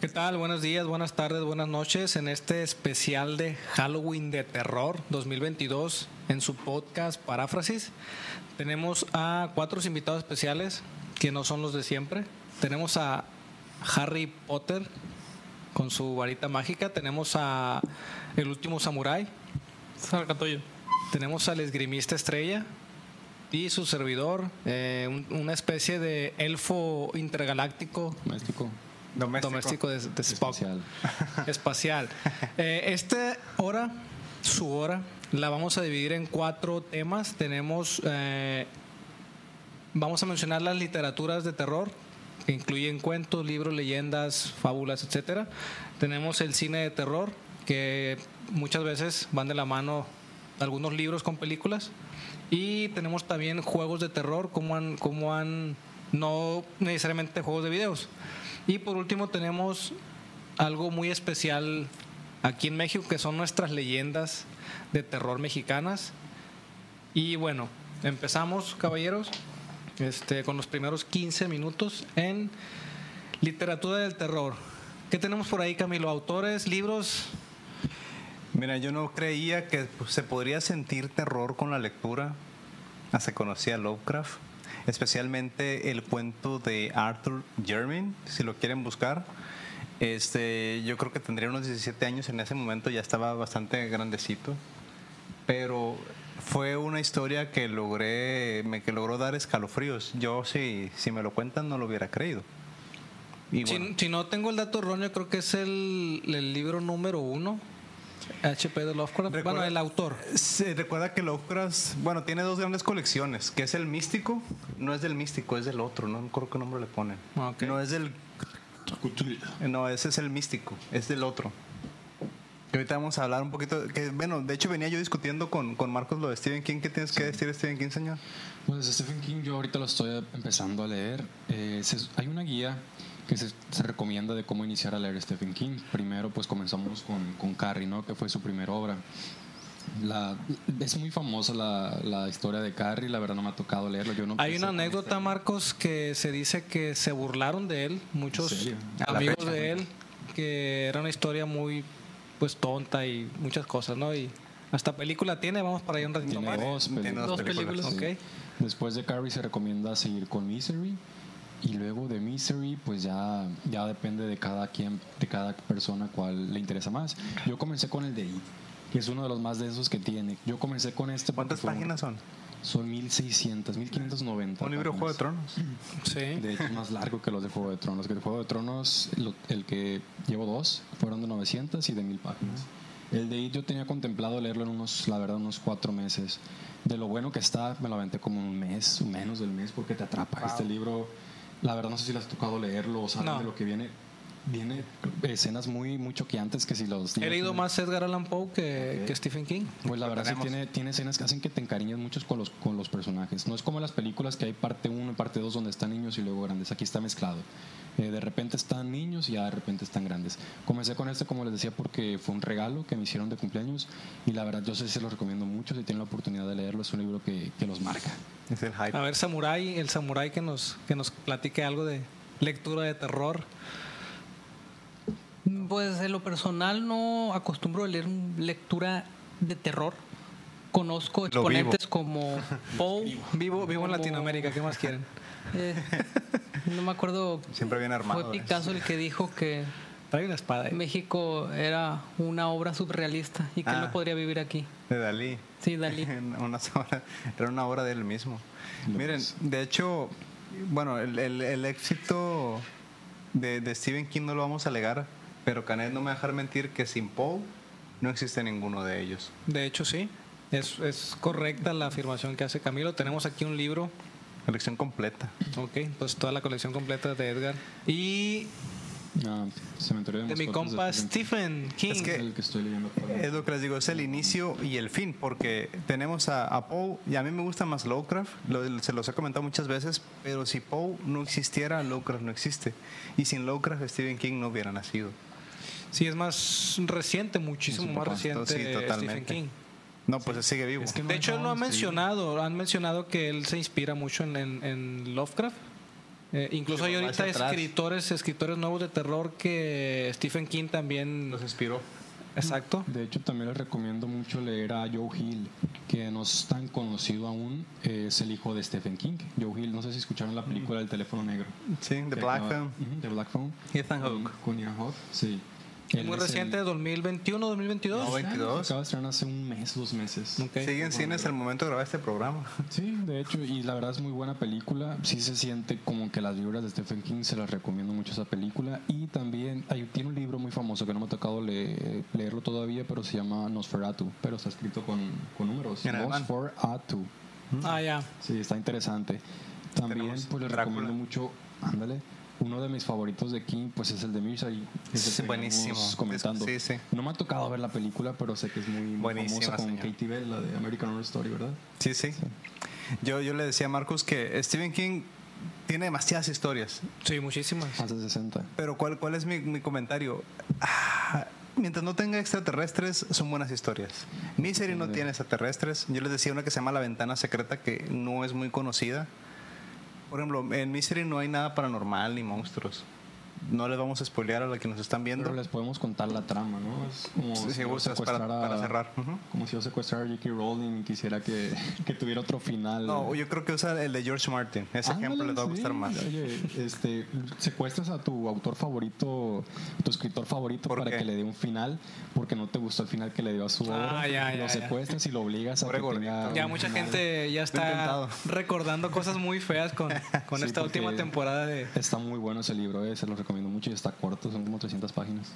¿Qué tal? Buenos días, buenas tardes, buenas noches en este especial de Halloween de Terror 2022 en su podcast Paráfrasis. Tenemos a cuatro invitados especiales que no son los de siempre. Tenemos a Harry Potter con su varita mágica. Tenemos a El Último Samurái. Sarcatoyo. Tenemos al esgrimista estrella y su servidor, eh, un- una especie de elfo intergaláctico Doméstico. Doméstico. doméstico, de, de Spock. Espacial. espacial. Eh, esta hora, su hora, la vamos a dividir en cuatro temas. Tenemos, eh, vamos a mencionar las literaturas de terror, que incluyen cuentos, libros, leyendas, fábulas, etcétera. Tenemos el cine de terror, que muchas veces van de la mano algunos libros con películas. Y tenemos también juegos de terror, como han, como han no necesariamente juegos de videos. Y por último tenemos algo muy especial aquí en México, que son nuestras leyendas de terror mexicanas. Y bueno, empezamos, caballeros, este, con los primeros 15 minutos en literatura del terror. ¿Qué tenemos por ahí, Camilo? ¿Autores, libros? Mira, yo no creía que se podría sentir terror con la lectura. Hasta conocía Lovecraft. Especialmente el cuento de Arthur Jermyn, si lo quieren buscar. Este, yo creo que tendría unos 17 años en ese momento, ya estaba bastante grandecito. Pero fue una historia que logré, me que logró dar escalofríos. Yo si, si me lo cuentan no lo hubiera creído. Y Si, bueno, si no tengo el dato erróneo, creo que es el, el libro número uno, H.P. de Lovecraft. Bueno, Recuerda- el autor. Se recuerda que Lovecraft, bueno, tiene dos grandes colecciones, que es el místico, no es del místico, es del otro, no me acuerdo qué nombre le ponen. Ah, ok. No es del, no, ese es el místico, es del otro. Que ahorita vamos a hablar un poquito, que bueno, de hecho venía yo discutiendo con, con Marcos lo de Stephen King, ¿qué tienes que decir de Stephen King, señor? Pues Stephen King yo ahorita lo estoy eh, empezando a leer. Eh, se- hay una guía que se, se recomienda de cómo iniciar a leer Stephen King. Primero pues comenzamos con, con Carrie, ¿no? Que fue su primera obra. La, es muy famosa la, la historia de Carrie, la verdad no me ha tocado leerlo. Yo no Hay empecé una con esta anécdota, guía. Marcos, que se dice que se burlaron de él, muchos serio? A la amigos fecha. de él, que era una historia muy pues tonta y muchas cosas, ¿no? Y hasta película tiene, vamos para allá un ratito Tiene más. dos Tiene películas. dos Dos películas. Sí. Ok. Después de Carrie se recomienda seguir con Misery. Y luego de Misery, pues ya, ya depende de cada quien, de cada persona cuál le interesa más. Yo comencé con el de It, que es uno de los más densos que tiene. Yo comencé con este. porque ¿Cuántas fue un- páginas son? Son 1600, 1590. Un libro de Juego de páginas. Tronos. Sí. De hecho, es más largo que los de Juego de Tronos. Que el Juego de Tronos, lo- el que llevo dos, fueron de 900 y de 1000 páginas. El de It yo tenía contemplado leerlo en unos, la verdad, unos cuatro meses. De lo bueno que está, me lo aventé como un mes, o menos del mes, porque te atrapa. Este libro, la verdad, no sé si le has tocado leerlo o sabes No. de lo que viene. Viene escenas muy, muy choqueantes que si los... He niños leído no- más Edgar Allan Poe que, que Stephen King. pues la Lo verdad sí tenemos. tiene, tiene escenas que hacen que te encariñes mucho con los, con los personajes. No es como en las películas que hay parte 1 y parte 2 donde están niños y luego grandes. Aquí está mezclado. Eh, de repente están niños y ya de repente están grandes. Comencé con este, como les decía, porque fue un regalo que me hicieron de cumpleaños y la verdad yo sé, se lo recomiendo mucho. Si tienen la oportunidad de leerlo, es un libro que, que los marca. Es el hype. A ver, Samurai, el Samurai que nos, que nos platique algo de lectura de terror. Pues en lo personal no acostumbro a leer lectura de terror. Conozco Lo vivo. exponentes como Poe. Vivo, vivo en como- Latinoamérica, ¿qué más quieren? eh, no me acuerdo. Siempre bien armado, Fue ¿eh? ¿ves? Picasso el que dijo que Trae una espada. eh. México era una obra surrealista y que él Ah. no podría vivir aquí. De Dalí. Sí, Dalí. una obra- era una obra de él mismo. Miren, de hecho, bueno, el, el- el éxito de, de Stephen King no lo vamos a alegar, pero Canet no me va a dejar mentir que sin Poe no existe ninguno de ellos. De hecho, sí. Es, es correcta la afirmación que hace Camilo. Tenemos aquí un libro, Colección completa. ok, pues toda la colección completa de Edgar. Y Ah, Cementerio de, de mi Mascotas compa Stephen Stephen King. Es King, que- el que estoy leyendo. actualmente. Es lo que les digo, es el inicio y el fin, porque tenemos a, a Poe, y a mí me gusta más Lovecraft, lo- se los he comentado muchas veces, pero si Poe no existiera, Lovecraft no existe. Y sin Lovecraft, Stephen King no hubiera nacido. Sí, es más reciente, muchísimo Es un más poco- reciente Sí, Stephen totalmente. King. No, pues sigue vivo. Es que no De hecho, él lo ha acabamos de seguir. mencionado. Han mencionado que él se inspira mucho en, en- en Lovecraft. Eh, incluso hay Sí, más ahorita atrás. escritores, escritores nuevos de terror que Stephen King también. Nos inspiró. Exacto. De hecho, también les recomiendo mucho leer a Joe Hill, que no es tan conocido aún, eh, es el hijo de Stephen King. Joe Hill, no sé si escucharon la película El teléfono negro. Sí, The Que Black acaba- Phone. Ujú, The Black Phone. Ethan Hawke. Con Ian Hawke, sí. Él Muy es el- Ah, reciente, 2021, 2022. No, Se 22. acaba de estrenar hace un mes, dos meses. Ok. Sigue en cines al momento de grabar este programa. Sí, de hecho, y la verdad es muy buena película. Sí se siente como que las vibras de Stephen King, se las recomiendo mucho esa película. Y también hay, tiene un libro muy famoso que no me ha tocado le- leerlo todavía, pero se llama Nosferatu, pero está escrito con, con números. En alemán. Nosferatu. Ah, ya. Sí, está interesante. También Tenemos pues les Drácula. recomiendo mucho, ándale, uno de mis favoritos de King pues es el de Mirza y es el Es que buenísimo. venimos comentando. Sí, sí. No me ha tocado ver la película, pero sé que es muy, muy Buenísima, famosa con señor. Katie Bell, la de American Horror Story, ¿verdad? Sí, sí. Yo, yo le decía a Marcus que Stephen King tiene demasiadas historias. Sí, muchísimas. Más de 60. Pero ¿cuál, cuál es mi, mi comentario? Ah, mientras no tenga extraterrestres, son buenas historias. Mi serie no tiene extraterrestres. Yo les decía una que se llama La Ventana Secreta, que no es muy conocida. Por ejemplo, en mi serie no hay nada paranormal ni monstruos. No les vamos a spoilear a la que nos están viendo. Pero les podemos contar la trama, ¿no? Es como Sí, sí, yo gustas, para- secuestrara- para cerrar. Ujú. Como si yo secuestrara a J.K. Rowling y quisiera que, que tuviera otro final. No, yo creo que usa el de George Martin. Ese ejemplo Ándale, les va a sí. gustar más. Oye, este, secuestras a tu autor favorito, tu escritor favorito ¿Por para qué? que le dé un final porque no te gustó el final que le dio a su obra. Ah, ya, ya, lo ya. secuestras y lo obligas a Pobre que tenga gordito. Ya un mucha final. gente ya intentado. está recordando cosas muy feas con, con Sí, esta porque- última temporada de Está muy bueno ese libro, eh, se lo recomiendo mucho y está corto, son como 300 páginas.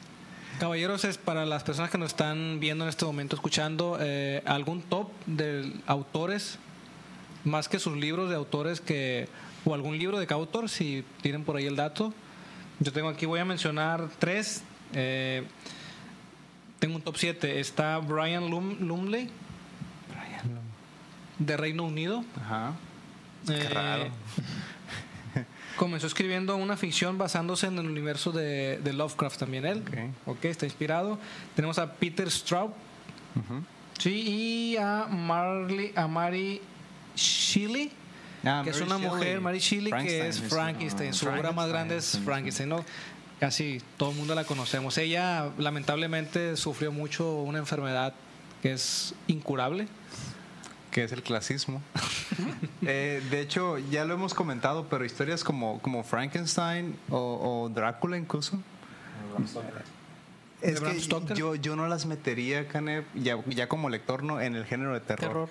Caballeros. Es para las personas que nos están viendo en este momento, escuchando, eh, algún top de autores, más que sus libros de autores que o algún libro de cada autor, si tienen por ahí el dato. Yo tengo aquí, voy a mencionar tres. eh, tengo un top 7. Está Brian Lum- Lumley de Reino Unido. Ajá. Eh, Qué raro. Comenzó escribiendo una ficción basándose en el universo de, de Lovecraft también él. Ok. ok, está inspirado. Tenemos a Peter Straub. Ujú. Sí, y a Marley, a Mary Shelley, Ah, que es Mary una Shelley. mujer, Mary Shelley, que Frankenstein, es sí. Ah, Frankenstein. Su obra más grande es Frankenstein, ¿no? Casi todo el mundo la conocemos. Ella lamentablemente sufrió mucho una enfermedad que es incurable. que es el clasismo. Eh, de hecho, ya lo hemos comentado, pero historias como, como Frankenstein o, o Drácula incluso. ¿De Es Bram que Stoker? yo, yo no las metería, Canep, ya, ya como lector, ¿no? en el género de terror. Terror.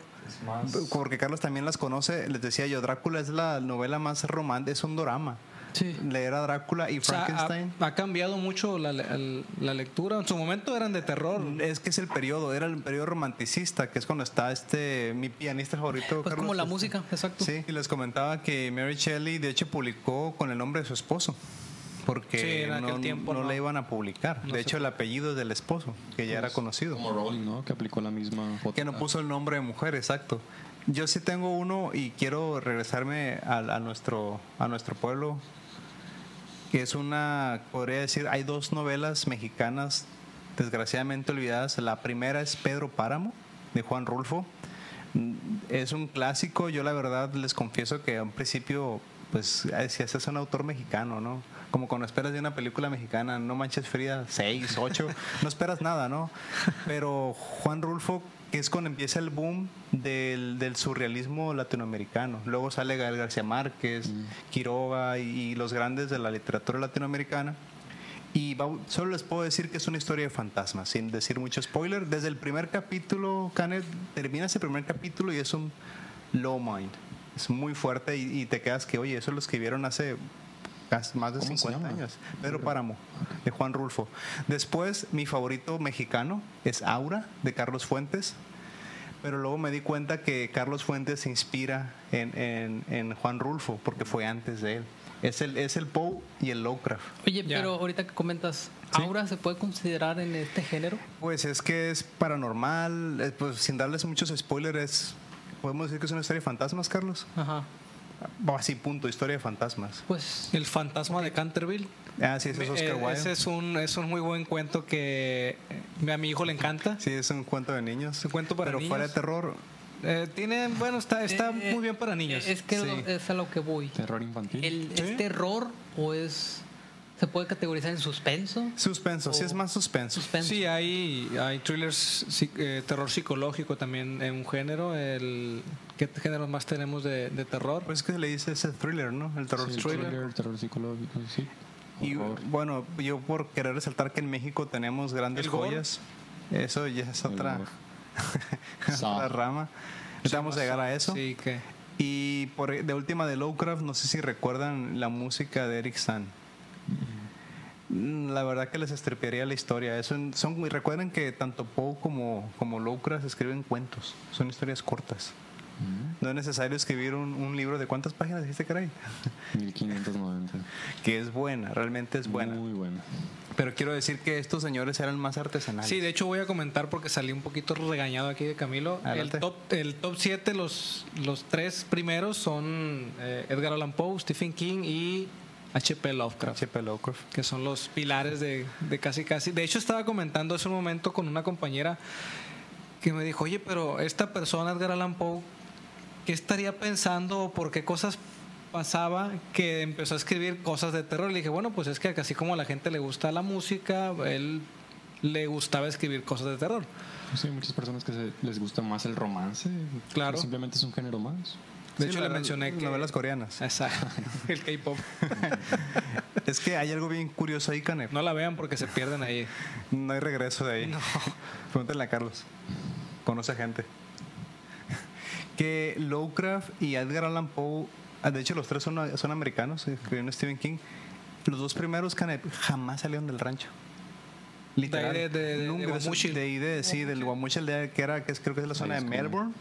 Porque Carlos también las conoce. Les decía yo, Drácula es la novela más romántica, es un drama. Sí. Leer a Drácula y O sea, Frankenstein. ha, ha cambiado mucho la, le- el- la lectura. En su momento eran de terror. es que es el periodo, era el periodo romanticista, que es cuando está este mi pianista favorito. Pues Carlos, como la este, música, exacto. Sí, y les comentaba que Mary Shelley de hecho publicó con el nombre de su esposo. Porque Sí, en aquel no, tiempo no no. la iban a publicar. No de se Pues, hecho, el apellido es del esposo, que ya era conocido. Como Rowling, ¿no? Que aplicó la misma Que no puso el nombre de mujer, exacto. Yo sí tengo uno y quiero regresarme a, a nuestro, a nuestro pueblo. Que es una, podría decir, hay dos novelas mexicanas desgraciadamente olvidadas. La primera es Pedro Páramo, de Juan Rulfo. Mm, Es un clásico, yo la verdad les confieso que a un principio, pues, decías, es un autor mexicano, ¿no? Como cuando esperas de una película mexicana, no manches Frida, 6, 8, no esperas nada, ¿no? Pero Juan Rulfo, que es cuando empieza el boom del, del surrealismo latinoamericano. Luego sale Gael García Márquez, Quiroga y, y los grandes de la literatura latinoamericana. Y va- solo les puedo decir que es una historia de fantasmas, sin decir mucho spoiler. Desde el primer capítulo, Canet, termina ese primer capítulo y es un low mind. Es muy fuerte y, y te quedas que, oye, eso lo escribieron hace casi más de ¿Cómo se 50 llama? años. Pedro Páramo, de Juan Rulfo. Después, mi favorito mexicano es Aura, de Carlos Fuentes. Pero luego me di cuenta que Carlos Fuentes se inspira en, en- en Juan Rulfo, porque fue antes de él. Es el, es el Poe y el Lovecraft. Oye, Ya. pero ahorita que comentas, ¿Aura se puede considerar en este género? Pues es que es paranormal, eh, pues sin darles muchos spoilers, es- podemos decir que es una historia de fantasmas, Carlos. Ajá. O Así, punto, historia de fantasmas. Pues El fantasma de Canterville. Ah, sí, ese es Oscar Eh, Wilde. ese es un, es un muy buen cuento que eh, a mi hijo le encanta. Sí, es un cuento de niños. Un cuento para Pero niños. fuera de terror, Eh, tiene, bueno, está, está Eh, eh, muy bien para niños. Es que Sí. lo- es a lo que voy. Terror infantil. El, Sí. ¿Es terror o es. se puede categorizar en suspenso? Suspenso, sí O- Oh. es más suspenso. Suspenso. Sí, hay, hay thrillers, psi- eh, terror psicológico también en un género. El, ¿Qué géneros más tenemos de, de terror? Pues que se le dice ese thriller, ¿no? El terror Sí, thriller. terror psicológico, sí. Y Horror. bueno, yo por querer resaltar que en México tenemos grandes ¿El gore? joyas, eso ya es El otra, horror. otra Sa- rama. Ahorita vamos a llegar a eso. Sí, que Y por, de última de Lovecraft, no sé si recuerdan la música de Eric Sand. Mm, La verdad que les estripearía la historia. Eso en- son, y recuerden que tanto Poe como, como Lovecraft escriben cuentos. Son historias cortas. No es necesario escribir un, un libro de cuántas páginas dijiste, caray. 1590. Que es buena, realmente es buena. Muy buena. Pero quiero decir que estos señores eran más artesanales. Sí, de hecho voy a comentar porque salí un poquito regañado aquí de Camilo. Adelante. El top, el top 7, los, los tres primeros son eh, Edgar Allan Poe, Stephen King y H.P. Lovecraft. H.P. Lovecraft. que son los pilares de, de casi casi. De hecho, estaba comentando hace un momento con una compañera que me dijo, oye, pero esta persona, Edgar Allan Poe, ¿qué estaría pensando o por qué cosas pasaba que empezó a escribir cosas de terror? Le dije, bueno, pues es que así como a la gente le gusta la música, él le gustaba escribir cosas de terror. Sí, hay muchas personas que se- les gusta más el romance. Claro. Simplemente es un género más. De Sí, hecho, la- le mencioné que... Novelas coreanas. Exacto, el K-pop. Es que hay algo bien curioso ahí, Canep. No la vean porque se pierden ahí. No hay regreso de ahí. Pregúntenle a Carlos. Conoce gente. Que Lovecraft y Edgar Allan Poe, ah, de hecho los tres son, son americanos, escribieron Stephen King. Los dos primeros Canep jamás salieron del rancho. Literal. De ahí de- de- de- Nunca- de Guamúchil. de ahí de- sí, del Guamuchil, que era, que es- creo que es la zona de es como- Melbourne,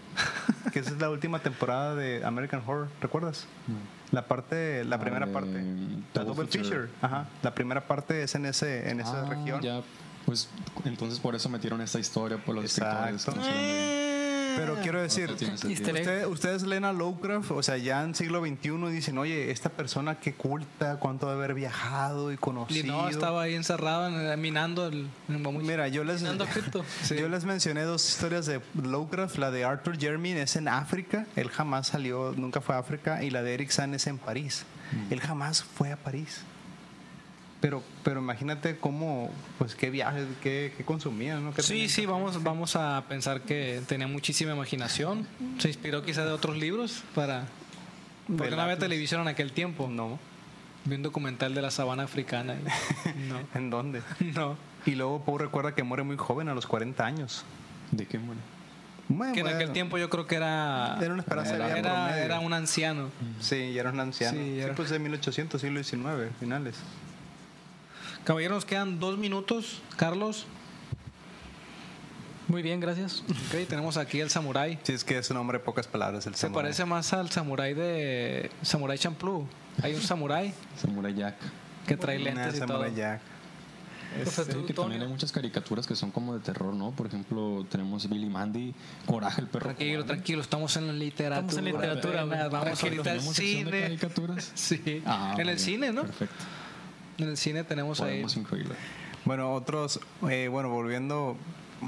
que esa es la última temporada de American Horror, ¿recuerdas? La parte, la Ah, primera de parte, la Double Double Feature, Feature. ajá, la primera parte es en ese, en esa Ah, región. Ya, pues entonces por eso metieron esta historia por los Exacto. escritores. conocieron de- Pero quiero decir, Ahora tiene sentido. Easter egg. ustedes, ustedes leen a Lovecraft, o sea, ya en siglo XXI dicen, oye, esta persona que culta, cuánto debe haber viajado y Y conocido. no, estaba ahí encerrado, en- minando el, en el Guamúchil. Mira, yo les, Fernando Cripto. yo les mencioné dos historias de Lovecraft. La de Arthur Jermyn es en África, él jamás salió, nunca fue a África, y la de Eric Sand es en París. Mm. Él jamás fue a París. Pero, pero imagínate cómo, pues qué viajes, qué, qué consumían, ¿no? ¿Qué Sí, tenían que sí, vamos, vamos a pensar que tenía muchísima imaginación. Se inspiró quizá de otros libros para... Porque no había Relatos. televisión en aquel tiempo. No, Vi un documental de la sabana africana. y- No, ¿en dónde? no. Y luego Poe recuerda que muere muy joven, a los 40 años. ¿De qué muere? Bueno, Que en aquel bueno, tiempo yo creo que era... Era una esperanza de vida Era, promedio. era un anciano. Sí, ya era un anciano. Sí, Sí, ya era- pues de 1800, siglo XIX, finales. Caballero, nos quedan dos minutos. Carlos, Muy bien, gracias. ok, tenemos aquí el samurái. Sí, es que es un hombre de pocas palabras el Se samurái. parece más al samurái de... Samurái Champloo. Hay un samurái Samurai Jack. que trae Nah, lentes y todo. Samurai Jack. O sea, tú, Sí, eh, que también hay Toño. muchas caricaturas que son como de terror, ¿no? Por ejemplo, tenemos Billy Mandy, Coraje el perro. Tranquilo, cobarde. tranquilo, estamos en la literatura. Estamos en literatura, güey. Vamos Tranquilo, ahorita al ¿tenemos sección de cine. caricaturas? Sí, Ah, en muy el bien, cine, ¿no? Perfecto. En el cine tenemos ahí. Podemos incluirlo. Bueno, otros, eh, bueno, volviendo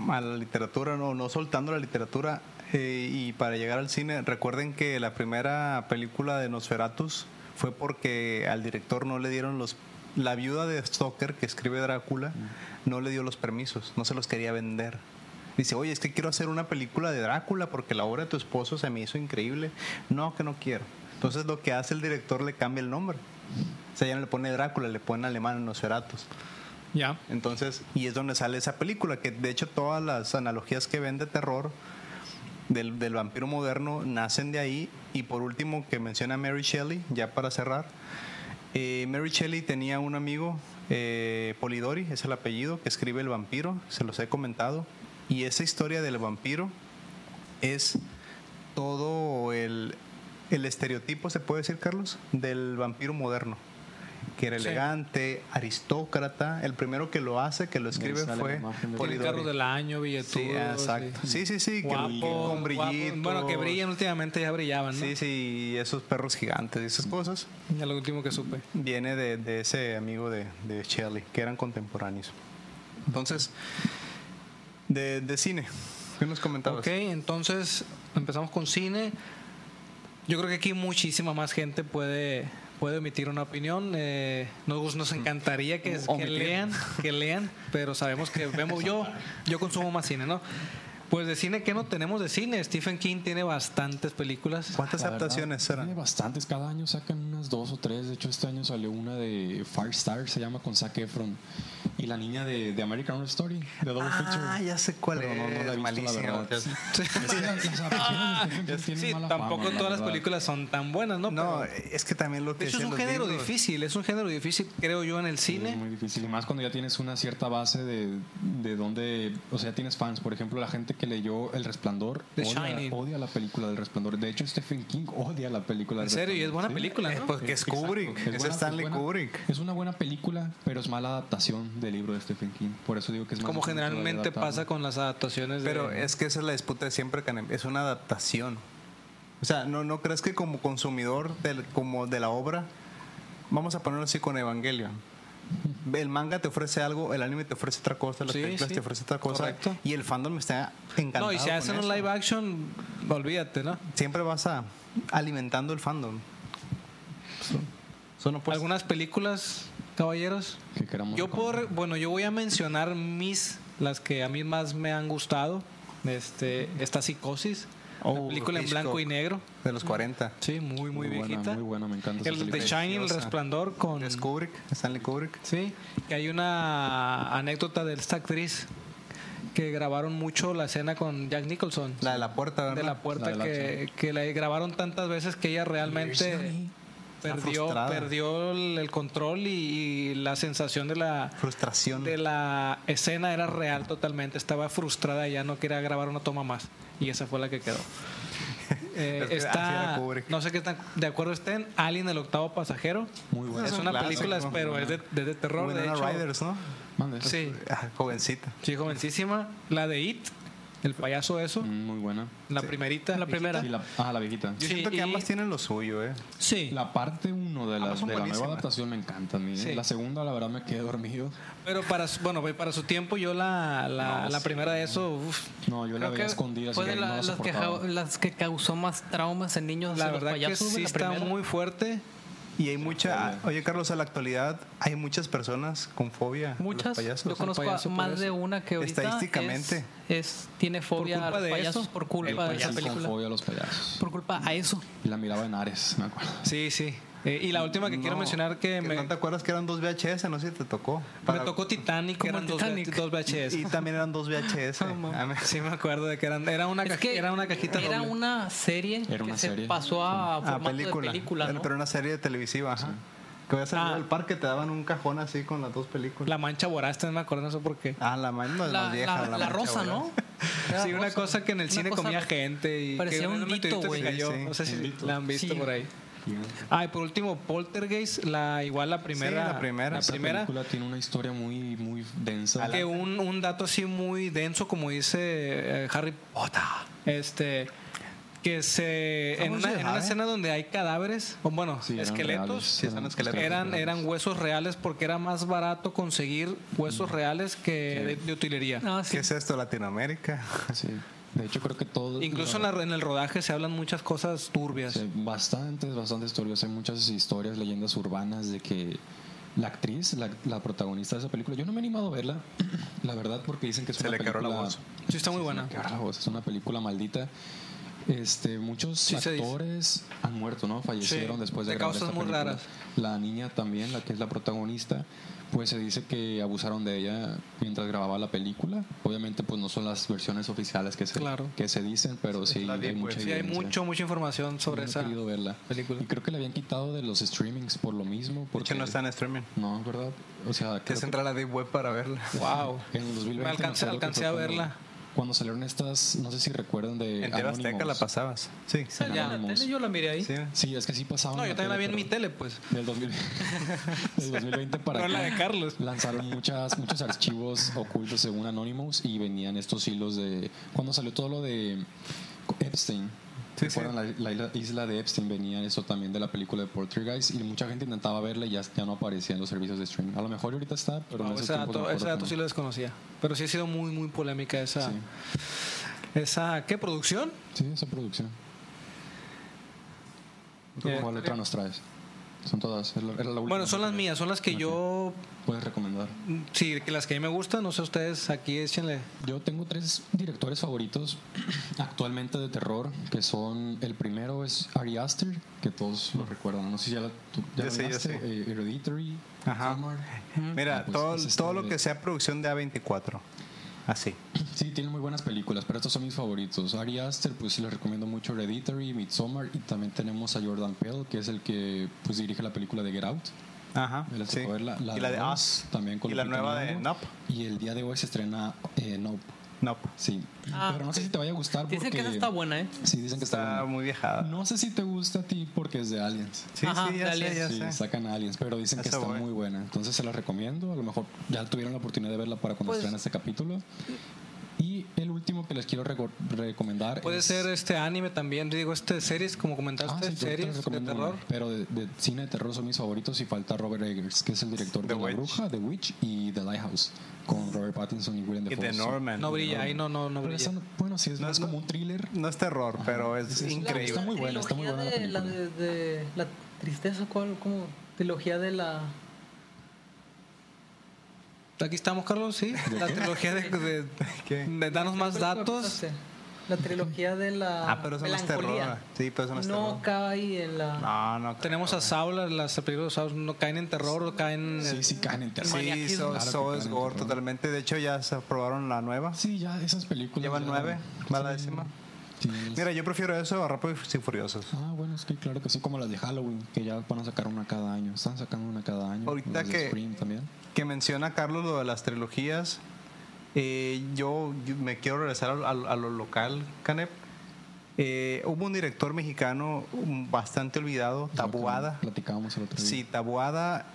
a la literatura, no, no soltando la literatura eh, y para llegar al cine, recuerden que la primera película de Nosferatus fue porque al director no le dieron los... La viuda de Stoker, que escribe Drácula, no le dio los permisos, no se los quería vender. Dice, oye, es que quiero hacer una película de Drácula porque la obra de tu esposo se me hizo increíble. No, que no quiero. Entonces lo que hace el director le cambia el nombre. O sea, ya no le pone Drácula, le pone en alemán Nosferatus. Ya. Entonces, y es donde sale esa película, que de hecho todas las analogías que ven de terror del, del vampiro moderno nacen de ahí. Y por último, que menciona Mary Shelley, ya para cerrar. eh, Mary Shelley tenía un amigo, eh, Polidori, es el apellido, que escribe El vampiro, se los he comentado. Y esa historia del vampiro es todo el, el estereotipo, se puede decir, Carlos, del vampiro moderno. Que era Sí. elegante, aristócrata. El primero que lo hace, que lo escribe, sale fue la imagen de- El carro Polidori. del año, Sí, billetudo. exacto. Sí, sí, sí. que- que Guapo, con brillitos. Bueno, que brillan últimamente ya brillaban, ¿no? Sí, sí, y esos perros gigantes y esas cosas. Ya lo último que supe. Viene de, de ese amigo de, de Shelley, que eran contemporáneos. Entonces, de, de cine. ¿Qué nos comentabas? Ok, entonces empezamos con cine. Yo creo que aquí muchísima más gente puede, puede emitir una opinión. Eh, nos, nos encantaría que, que Omitir. lean, que lean, pero sabemos que vemos yo, yo consumo más cine, ¿no? Pues de cine, ¿qué no tenemos de cine? Stephen King tiene bastantes películas. ¿Cuántas La verdad, adaptaciones Tiene eran? bastantes, cada año sacan unas dos o tres. De hecho, este año salió una de Firestar, se llama con Zac Efron. Y la niña de, de American Horror Story, de Double Ah, Feature. ya sé cuál Pero es. no, no la he visto, la Malísima. verdad. Es que las- las adaptaciones de Stephen King tienen Sí, mala fama, tampoco la todas las verdad. películas son tan buenas, ¿no? No, Pero- es que también lo que de hecho es decían un los género libros. difícil, es un género difícil, creo yo, en el Es cine. muy difícil. Y más cuando ya tienes una cierta base de, de donde, o sea, tienes fans. Por ejemplo, la gente que leyó El Resplandor The odia, Shining. odia la película del Resplandor. De hecho, Stephen King odia la película del En serio, y es buena Resplandor. Sí. película, Eh, ¿no? Porque es Exacto. Kubrick, es, buena- Stanley buena- Kubrick. Es una buena película, pero es mala adaptación del libro de Stephen King. Por eso digo que es mala Como película de generalmente adaptarlo. pasa con las adaptaciones de- Pero es que esa es la disputa de siempre, Canem. Es una adaptación. O sea, ¿no, no crees que como consumidor del, como de la obra, vamos a ponerlo así con Evangelion? El manga te ofrece algo, el anime te ofrece otra cosa, las Sí, películas sí. te ofrece otra cosa. Correcto. Y el fandom está encantado. No, y si con hacen un eso. live action, olvídate, ¿no? Siempre vas a alimentando el fandom. Eso no puede Algunas películas, caballeros. Que queramos Yo puedo, re- recomendar. bueno, yo voy a mencionar mis, las que a mí más me han gustado. Este, esta psicosis, Oh, una película en Hitchcock. blanco y negro. de los 40. Sí, muy, muy, buena, viejita. muy buena, me encanta. esa el The película. Shining, el Preciosa. resplandor con. Es Kubrick, Stanley Kubrick. Sí, que hay una anécdota de esta actriz que grabaron mucho la escena con Jack Nicholson. La de la puerta, ¿verdad? de la puerta La de que, que la grabaron tantas veces que ella realmente Está perdió, frustrada. perdió el, el control y, y la sensación de la, Frustración. de la escena era real totalmente. Estaba frustrada, ya no quería grabar una toma más. Y esa fue la que quedó. Eh, Es que así está, era Kubrick. no sé qué tan de acuerdo estén, Alien el octavo pasajero. Muy buena. Es un una clásico. película, pero es de, de- de terror. De Winona hecho, Riders, ¿no? Mande. sí, Ah, Jovencita. sí, jovencísima. La de It, el payaso eso, Mm, Muy buena. la primerita. La primera. Y la, ah, la viejita. Yo Sí, siento que y- ambas tienen lo suyo, ¿eh? Sí. La parte 1 de, la, Ambas son de la nueva buenísimas. adaptación me encanta. a mí, ¿eh? Sí. La segunda, la verdad, me quedé dormido. Pero para su, bueno, güey, para su tiempo yo la, la, No, la sí, primera de eso, uf, No, yo la Creo veía que escondida, así fue que de la- no la las, que, soportaba. ja- las que causó más traumas en niños. la los verdad que payasos, güey, sí la está primera. muy fuerte. Y hay mucha. Oye, Carlos, a la actualidad hay muchas personas con fobia. a los Muchas, payasos. yo conozco payaso, a más payaso. de una que ahorita Estadísticamente. es, es- tiene fobia culpa a los de eso, payasos por culpa de Payasos esa con película. fobia a los payasos. Por culpa a eso. Y la miraba en Ares, me acuerdo. Sí, sí. Eh, y la última que quiero No, mencionar que me, ¿No te acuerdas que eran dos VHS? No sé si te tocó. me Para- tocó Titanic, que Como eran el dos, Titanic. ve- dos VHS. Y también eran dos VHS. Ah, me- sí, me acuerdo de que eran era una, Es caja- que era una cajita Era doble. una serie Era una que serie, se pasó a, Ah, formato de película. Pero ¿no? una serie televisiva, ajá. Que voy a salir Ah. del parque, te daban un cajón así con las dos películas. La mancha voraz, también me acuerdo, no sé por qué. Ah, la mano la, de las viejas. la- la mancha rosa, voraz. ¿no? Sí, una rosa. cosa que en el Una cine cosa- comía gente y parecía que un era meteorito dito, que güey. cayó. Sí, sí. No sé si Bendito. la han visto Sí. por ahí. Ah, y por último, Poltergeist, la igual la primera. Ah, la primera. La Esa primera. película tiene una historia muy, muy densa. Que un, un dato así muy denso, como dice eh, Harry Potter, este, que se en Vamos una, a en una ver. escena donde hay cadáveres, o bueno, Sí, eran reales, esqueletos, sí, son esqueletos eran, eran huesos reales porque era más barato conseguir huesos Mm. reales que de, de utilería. Ah, sí. ¿Qué es esto, Latinoamérica? Sí. De hecho, creo que todo. Incluso en, la- en el rodaje se hablan muchas cosas turbias. Sí, Bastantes, bastantes historias. Hay muchas historias, leyendas urbanas de que la actriz, la, la protagonista de esa película, yo no me he animado a verla, la verdad, porque dicen que es Se una le quebró la película. voz. Sí, está muy buena. Quebrar la voz, Es una película maldita. Este, muchos Sí se dice. actores han muerto, ¿no? Fallecieron Sí, después de, de grabar causas esta muy película. raras. La niña también, la que es la protagonista, pues se dice que abusaron de ella mientras grababa la película. Obviamente, pues no son las versiones oficiales que se, Claro. que se dicen, pero sí, la hay deep web. mucha Sí, hay evidencia. mucho, mucha información sobre No he esa. querido verla. película. Y creo que la habían quitado de los streamings por lo mismo. De Porque hecho, no está en streaming. No, es verdad. O sea, creo Tienes que entrar a la Deep Web para verla. Wow. que en el 2020 Me alcancé- acuerdo que alcancé fue a cuando- verla. Cuando salieron estas, no sé si recuerdan de. En TV Azteca Anonymous. la pasabas. Sí. Esa ya, la Anonymous. tele yo la miré ahí. Sí. Sí, es que sí pasaban. No, yo también la vi en mi pero tele, pues. Del 2020, del 2020 para No acá, la de Carlos. lanzaron muchas, muchos archivos ocultos según Anonymous y venían estos hilos de. Cuando salió todo lo de Epstein. Sí, ¿Recuerdan La, la isla- isla de Epstein? Venía eso también de la película de Poltergeist y mucha gente intentaba verla y ya, ya no aparecía en los servicios de streaming. A lo mejor ahorita está, pero No, en esos ese tiempos me dato, acuerdo ese dato que sí no. lo desconocía. Pero sí ha sido muy, muy polémica esa. Sí. ¿Esa qué producción? Sí, esa producción. ¿Tú Eh, cuál letra nos traes? Son todas. es la- era la última Bueno, son que las mías, son las que yo, Puedes recomendar. sí, que las que a mí me gustan, no sé ustedes, aquí échenle. Yo tengo tres directores favoritos actualmente de terror, que son el primero es Ari Aster, que todos lo recuerdan. No sé si ya, la, tú- ya Ya la sé, ya hablaste, sé. eh, Hereditary, Ajá. Summer. Mira, Ah, pues, todo, ese está todo lo de- que sea producción de A24. Así. Sí, tiene muy buenas películas, pero estos son mis favoritos. Ari Aster, pues les recomiendo mucho Hereditary, Midsommar y también tenemos a Jordan Peele, que es el que pues dirige la película de Get Out. Ajá. Me les sí. tocó ver la, la y la de Us, Us. también con y la Lupita nueva de Nyong'o. Nope. Y el día de hoy se estrena eh, Nope. Nope. Sí. Ah, pero no sé ok. si te vaya a gustar Dicen porque que esa está buena, ¿eh? Sí, dicen que está, Está buena. muy viejada. No sé si te gusta a ti porque es de Aliens. Sí, Ajá, sí, ya dale. sé, ya Sí, sé. sacan Aliens, pero dicen que Esa está voy. muy buena. Entonces se la recomiendo. A lo mejor ya tuvieron la oportunidad de verla para cuando Pues- estrenen este capítulo. Y el último que les quiero reco- recomendar Puede es- ser este anime también, digo, este series, como Pues Ah, comentaste, sí, yo te series de recomiendo terror. una, pero de, de cine de terror son mis favoritos y falta Robert Eggers, que es el director The de La Witch. Bruja, The Witch y The Lighthouse, con Robert Pattinson y William Y Dafoe. de Sí. Norman. No brilla, ahí no, no, no Pero brilla. esa no- bueno, sí, es No, más no. como un thriller. No es terror, pero es, Es- es- increíble. Está muy buena, está muy buena la Trilogía de película. de, de la tristeza, ¿cuál? ¿Cómo? Trilogía de la... Aquí estamos, Carlos, sí. La trilogía de, de, ¿Qué? de darnos más ¿Cuál datos. pensaste? La trilogía de la Ah, pero eso no es melancolía. terror. Sí, pero eso no es terror. cae en la... No, no. Tenemos a Saula, las películas de Saw no caen en terror o caen... Ah. Sí, sí, caen en terror. Sí, maniaquismo. So, Claro que So caen es en gore terror. totalmente. De hecho, ya se aprobaron la nueva. Sí, ya esas películas. Llevan ya- nueve, va la sí, décima. sí, Mira, yo prefiero eso a Rápidos y Furiosos. Ah, bueno, es que claro que sí, como las de Halloween, que ya van a sacar una cada año. Están sacando una cada año. Ahorita Las de que- Scream también. Que menciona Carlos lo de las trilogías. eh, yo, yo me quiero regresar a, a- a lo local, Canep. Eh, hubo un director mexicano um, bastante olvidado, Tabuada. Platicábamos el otro día. Sí, Tabuada.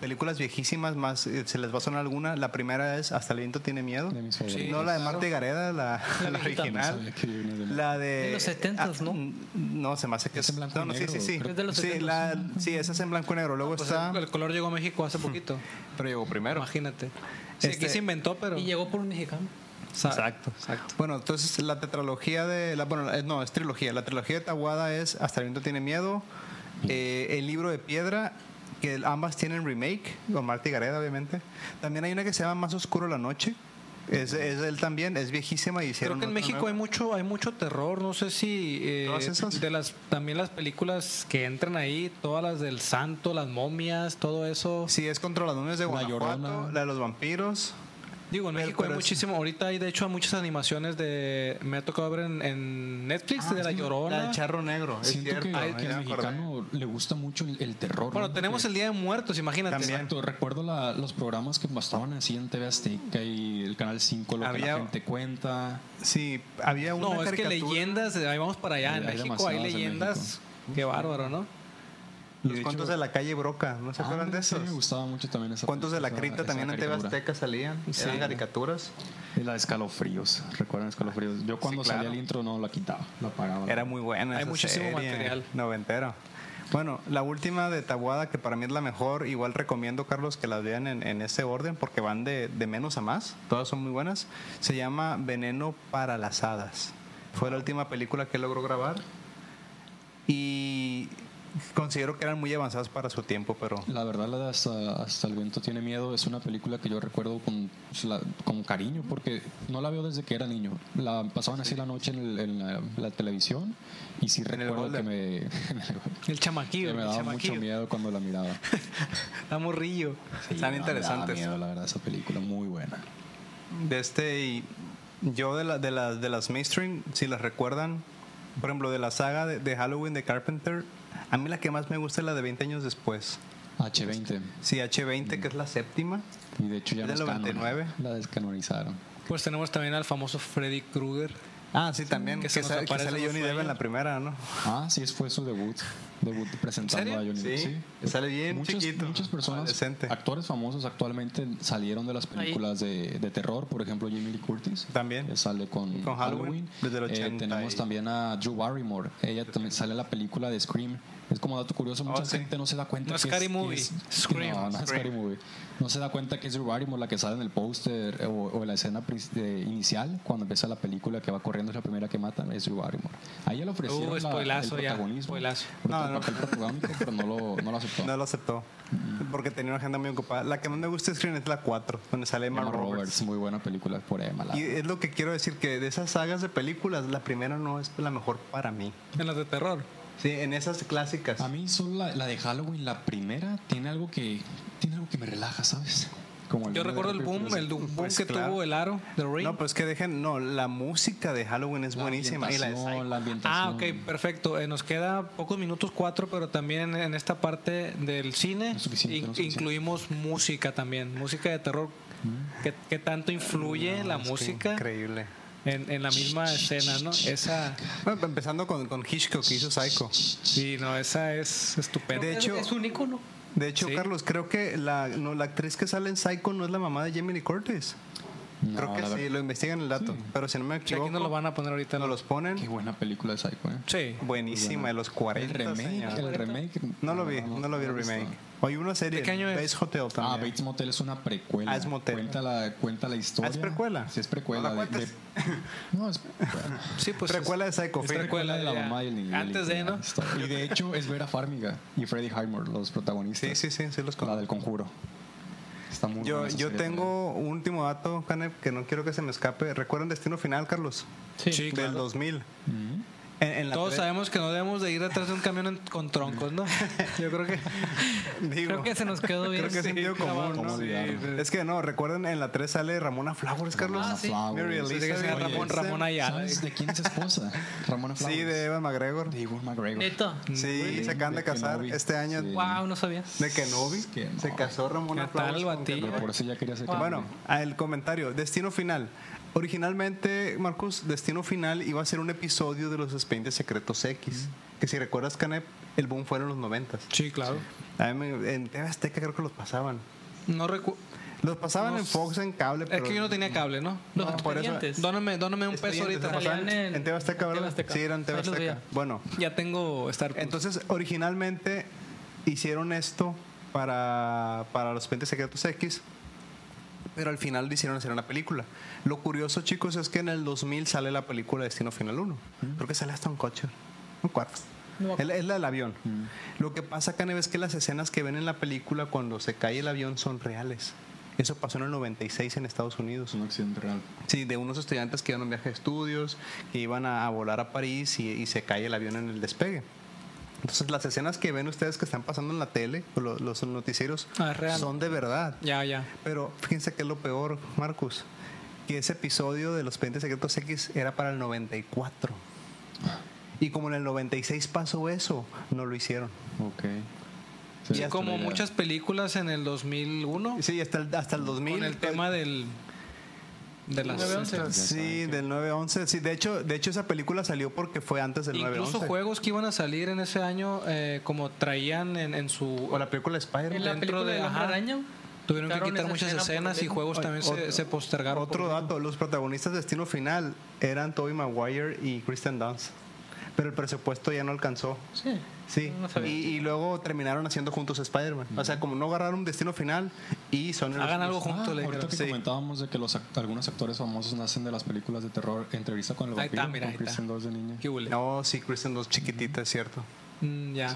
Películas viejísimas, más eh, se les va a sonar alguna. La primera es Hasta el viento tiene miedo. De mis favoritos. no la de Marte Gareda, la, la No viejita. original. sabía que había una de- La de. De los 70s, ¿no? ah, No, se me hace que Es en blanco y no, no, sí, negro, sí, sí. creo. Es de los sí, 70s. la- sí, esa es en blanco y negro. Luego Pues está. el, el color llegó a México hace poquito. Pero llegó primero. Imagínate. Sí, aquí Este- se inventó, pero... Y llegó por un mexicano. Sa- Exacto. exacto. Bueno, entonces la tetralogía de. La, bueno, eh, no, es trilogía. La trilogía de Tawada es Hasta el viento tiene miedo. eh, el libro de piedra, que ambas tienen remake, con Marty Gareda, obviamente. También hay una que se llama Más Oscuro la Noche. Es, es él también, es viejísima y Creo hicieron. que en otra México nueva. hay mucho, hay mucho terror. No sé si eh, ¿Todas esas? de las también las películas que entran ahí, todas las del Santo, las momias, todo eso. Sí, es contra las nubes de La Guanajuato, Llorona. la de los vampiros. Digo, en Pero- México pero hay es- muchísimo. Ahorita hay, de hecho, hay muchas animaciones de. Me ha tocado ver en, en Netflix de La Llorona. La del charro negro. Es Siento cierto. que, Ay, que ya al me acordé. mexicano le gusta mucho el, el terror. bueno, ¿no? tenemos el Día de Muertos, imagínate. También. Exacto, recuerdo la- los programas que estaban así en TV Azteca y el Canal 5, lo que Había- la gente cuenta. Sí, había una No, es que caricatura. leyendas, de- ahí vamos para allá. en Hay- hay México hay demasiadas en leyendas. Qué bárbaro, ¿no? Y Los de cuentos hecho- de la calle Broca, ¿no se acuerdan Ah, de sí, esos? me gustaba mucho también esa Cuentos de la esa- cripta esa también en TV caricatura. Azteca salían. Sí. Eran caricaturas. Y la de escalofríos, ¿recuerdan escalofríos? Yo cuando claro. salía el intro no la quitaba, la apagaba. Era muy buena. Hay esa muchísimo serie, material. Noventero. Bueno, la última de Tabuada, que para mí es la mejor, igual recomiendo, Carlos, que las vean en, en ese orden porque van de, de menos a más. Todas son muy buenas. Se llama Veneno para las Hadas. Fue la última película que logró grabar y considero que eran muy avanzadas para su tiempo, pero La verdad, la de hasta, Hasta el viento tiene miedo es una película que yo recuerdo con, pues, la- con cariño porque no la veo desde que era niño. La pasaban así la noche en, el- en la, la televisión y sí el recuerdo que boulder. me, El que chamaquillo, me el daba mucho chamaquillo. miedo cuando la miraba. Está morrillo. están Me daba interesantes. miedo, la verdad, esa película muy buena. De este y yo de, la- de, la- de las mainstream, si las recuerdan, por ejemplo, de la saga de, de Halloween de Carpenter, a mí la que más me gusta es la de 20 años después. H20. Sí, H20, que es la séptima. Y de hecho ya ¿Es no es del canon, 99? la descanonizaron. Pues tenemos también al famoso Freddy Krueger. Ah, sí, también. que Que, se nos sa- que aparecen sale los Johnny Depp en la sueños. primera, ¿no? Ah, sí, ese fue su debut. Debut presentando ¿En a serio? Johnny Depp, Sí, que sale bien muchas, chiquito, Muchas personas, adolescente. actores famosos actualmente salieron de las películas de, de terror. Por ejemplo, Jamie Lee Curtis. También. que sale con, Con Halloween, desde el Eh, 80 tenemos y- también a Drew Barrymore. Ella también sale en la película de Scream. Es como dato curioso, mucha Ah, sí. gente no se da cuenta No es que Scary que Movie, es- Scream. No, no es Scream. Scary Movie. No se da cuenta que es Drew Barrymore la que sale en el póster eh, o, o en la escena prin- eh, inicial cuando empieza la película que va corriendo es la primera que mata, es Drew Barrymore. Ahí ya le ofrecieron Uh, la- spoilazo el ya, protagonismo. spoilazo. No, No, no. papel protagónico, pero no lo, no lo aceptó. No lo aceptó. Porque tenía una agenda muy ocupada. La que más me gusta de Screen es la 4, donde sale Emma, Emma Roberts. Roberts, muy buena película por Emma. la- Y es lo que quiero decir, que de esas sagas de películas, la primera no es la mejor para mí. En las de terror. Sí, en esas clásicas. A mí solo la, la de Halloween, la primera, tiene algo que tiene algo que me relaja, ¿sabes? Como Yo recuerdo el boom, el boom Pues, que claro. tuvo el aro, The Ring. No, pues que dejen, no, la música de Halloween es La buenísima. Y la de ambientación, Psycho. la ambientación. Ah, ok, perfecto. Eh, nos queda pocos minutos, cuatro, pero también en, en esta parte del cine No es suficiente, in- no es suficiente. incluimos música también. Música de terror. ¿Qué, qué tanto influye la Mm. Es que música Increíble. en, en la misma escena, no? Esa, Bueno, empezando con, con Hitchcock que hizo Psycho. sí, no, esa es estupenda. De Es- hecho- es un icono. De hecho, Sí. Carlos, creo que la, no, la actriz que sale en Psycho no es la mamá de Jamie Lee Curtis. No, creo que la sí, verdad- lo investigan el dato. Pero si no me Sí, aquí equivoco, no lo van a poner ahorita. nos los ponen. Qué buena película de Psycho, ¿eh? Sí. Buenísima, de los El 40. remake, señor. el remake. No lo vi, no lo vi el he visto. remake. Hay una serie, ¿De qué año es? Bates Hotel Ah, también. Bates Motel es una precuela. Ah, es motel. Cuenta la, cuenta la historia. Ah, ¿es precuela? Sí, es precuela. No la de- de- no, es precuela. Sí, pues. Precuela de es- Psycho, es sí. precuela de la ya. mamá y el niño. Antes de, ¿no? Y de hecho es Vera Farmiga y Freddie Highmore los protagonistas. Sí, sí, sí, sí los La conozco. del conjuro. Está muy Yo, buena esa yo serie tengo un último dato, Canep, que no quiero que se me escape. ¿Recuerdan Destino Final, Carlos? Sí, Del claro. 2000. En- en la Todos tele- sabemos que no debemos de ir detrás de un camión en- con troncos, ¿no? Yo creo que Digo, Creo que se nos quedó bien. creo que es sentido común, ¿Cómo ¿no? olvidarlo? sí. Es que no, recuerden, en la 3 sale Ramona Flowers, Carlos. Ramona Ah, sí. Flowers. Mary Elizabeth. Tiene que ser Oye, Ramón, ese- Ramón Ayala. ¿Sabes de quién es esposa? Ramona Flowers. Sí, de Evan McGregor. De Ewan McGregor. Neta. Sí, Güey, se acaban de de que no casar vi. este año. Sí. Wow, no sabías. De Kenobi. Es que no. Se casó Ramona ¿Qué tal, Flowers. con batillo? Pero Kenobi. por eso ya quería ser Este, Bueno, el comentario, Destino Final. Originalmente, Marcus, Destino Final iba a ser un episodio de los expedientes secretos X. Que si recuerdas, Canep, el boom fue en los noventas. Sí, claro. A mí me- en TV Azteca creo que los pasaban. No recuerdo. Los pasaban No en sé. Fox, en cable. Es que yo no tenía cable, ¿no? Los No, por eso- expedientes. Dóname, dóname un peso Expedientes, ahorita. los pasaban Salían en, en- TV Azteca, en ¿verdad? TV Azteca. Sí, eran TV Ahí los Azteca. veía. Bueno, Ya tengo Star Plus. Entonces, originalmente hicieron esto para, para los Pentes Secretos X, pero al final decidieron hacer una película. Lo curioso, chicos, es que en el 2000 sale la película Destino Final 1. Creo que sale hasta un coche, Mm. un cuarto. Mm. No. Es la- es la del avión. Lo que pasa, Caneve, es que las escenas que ven en la película cuando se cae el avión son reales. Eso pasó en el 96 en Estados Unidos. Es un accidente real. Sí, de unos estudiantes que iban a un viaje de estudios, que iban a, a volar a París y, y se cae el avión en el despegue. Entonces, las escenas que ven ustedes que están pasando en la tele, o lo- los noticieros, Ah, es real. son de verdad. Ya, ya. Pero fíjense que es lo peor, Marcus, que ese episodio de Los Pentes Secretos X era para el 94. Y como en el 96 pasó eso, no lo hicieron. Ok. Y Sí, esta como es la idea. muchas películas en el 2001, Sí, hasta el, hasta el Pues, 2000. con el tema del. de las. 9-11. Sí, del 9-11. Sí, de hecho, de hecho, esa película salió porque fue antes del 9-11. Incluso juegos que iban a salir en ese año, eh, como traían en, en su. O la película En Spider-Man. la Dentro película de- de, la ajá. araña. Tuvieron que quitaron quitar esa muchas escena por escenas y ley. juegos también se, Otro- se postergaron. por Otro ley. dato, los protagonistas de Destino Final eran Tobey Maguire y Kristen Dunst. Pero el presupuesto ya no alcanzó. Sí. Sí. No sabía. y, y luego terminaron haciendo juntos Spider-Man. O sea, como no agarraron Destino Final y son... los- Hagan algo los- juntos, le Ah, Ahorita dijeron. que Sí. comentábamos de que los act- algunos actores famosos nacen de las películas de terror, entrevista con el Ahí vampiro, está, mira, con ahí está. Kristen Dunst de niña. ¿Qué huele? No, sí, Kristen Dunst chiquitita, es cierto. Mm, ya.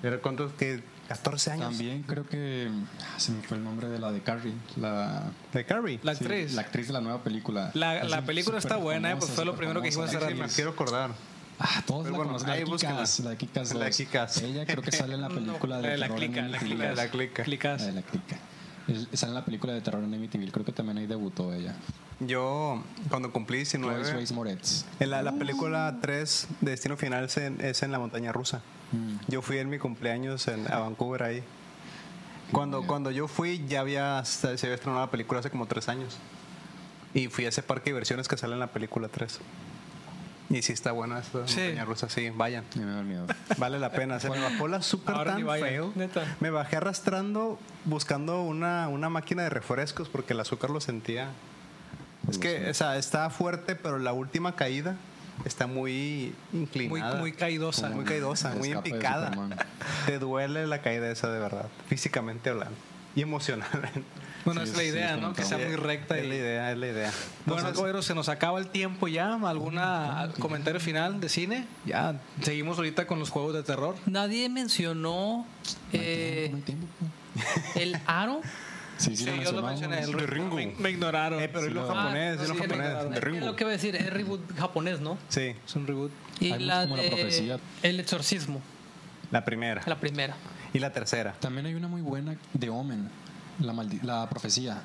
Pero ¿cuántos? que 14 años. También creo que ah, se me fue el nombre de la de Carrie, la De Carrie. La sí, actriz. la actriz de la nueva película. La- Es la un- película está súper buena, eh, pues famosa, fue lo súper primero que famosa. dijimos hace Sí, rato. me quiero acordar. Ah, todos Pero la bueno, conocen, la ahí de Kikas, búsquenla. la de Kikas La de 2. Kick-Ass. Ella creo que sale en Eh, la película La de de la terror clica, la Amityville. clica. La clica. Clicas. La de la clica. Es- Sale en la película de terror en Amityville, creo que también ahí debutó ella. Yo, cuando cumplí Lois 19... Grace Moretz. En la, la película 3 de Destino Final es en, es en la montaña rusa. Mm. Yo fui en mi cumpleaños en, a Vancouver ahí. Cuando, bien. cuando yo fui ya había, se había estrenado la película hace como tres años. Y fui a ese parque de diversiones que sale en la película 3. Y sí está buena esta Sí. montaña rusa, sí, vayan. Ya Me da miedo. Vale la pena. Se me bajó la super Ahora ni tan vayan. feo. Neta. Me bajé arrastrando buscando una, una máquina de refrescos porque el azúcar lo sentía. Es que, o sea, está fuerte, pero la última caída está muy Muy, inclinada. muy caidosa. Muy caidosa, El muy escape de empicada. Superman. Te duele la caída esa de verdad, físicamente hablando y emocionalmente. Bueno, Sí, es la sí, idea, es ¿no? Que sea complicado. muy recta. Es la Y... idea, es la idea. Bueno, pues, Entonces, caballeros, se nos acaba el tiempo ya. ¿Alguna comentario final de cine? Ya, seguimos ahorita con los juegos de terror. Nadie mencionó eh, No hay tiempo. pues. el aro. Sí, sí, lo yo lo mencionamos. mencioné. el De Ringu. Ringu. Me, me ignoraron. eh, pero es Sí, lo lo- japonés, Ah, es lo sí, el- de japonés. es Ringu. lo que iba a decir, es reboot japonés, ¿no? Sí, Es un reboot. Y Hay la como la de profecía. El exorcismo, la primera. la primera. Y la tercera. También hay una muy buena de Omen, la, maldi- la profecía.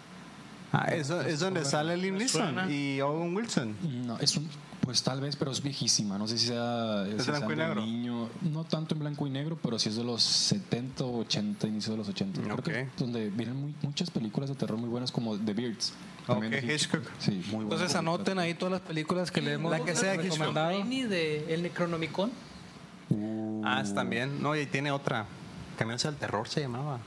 Ah, es, es donde sale Liam Neeson y Owen Wilson. No, es un, pues tal vez, pero es viejísima. No sé si sea. ¿Es si blanco sea y de negro? Niño, no tanto en blanco y negro, pero sí es de los 70, 80, inicio de los 80. Creo que Ok. es donde vienen muy- muchas películas de terror muy buenas como The Beards. También Ok, de Hitchcock. Sí, muy buena. Entonces anoten ahí todas las películas que le hemos La que sea que recomendado. Raimi de El Necronomicon. Uh, Ah, es también. No, y tiene otra. Camino hacia el terror se llamaba.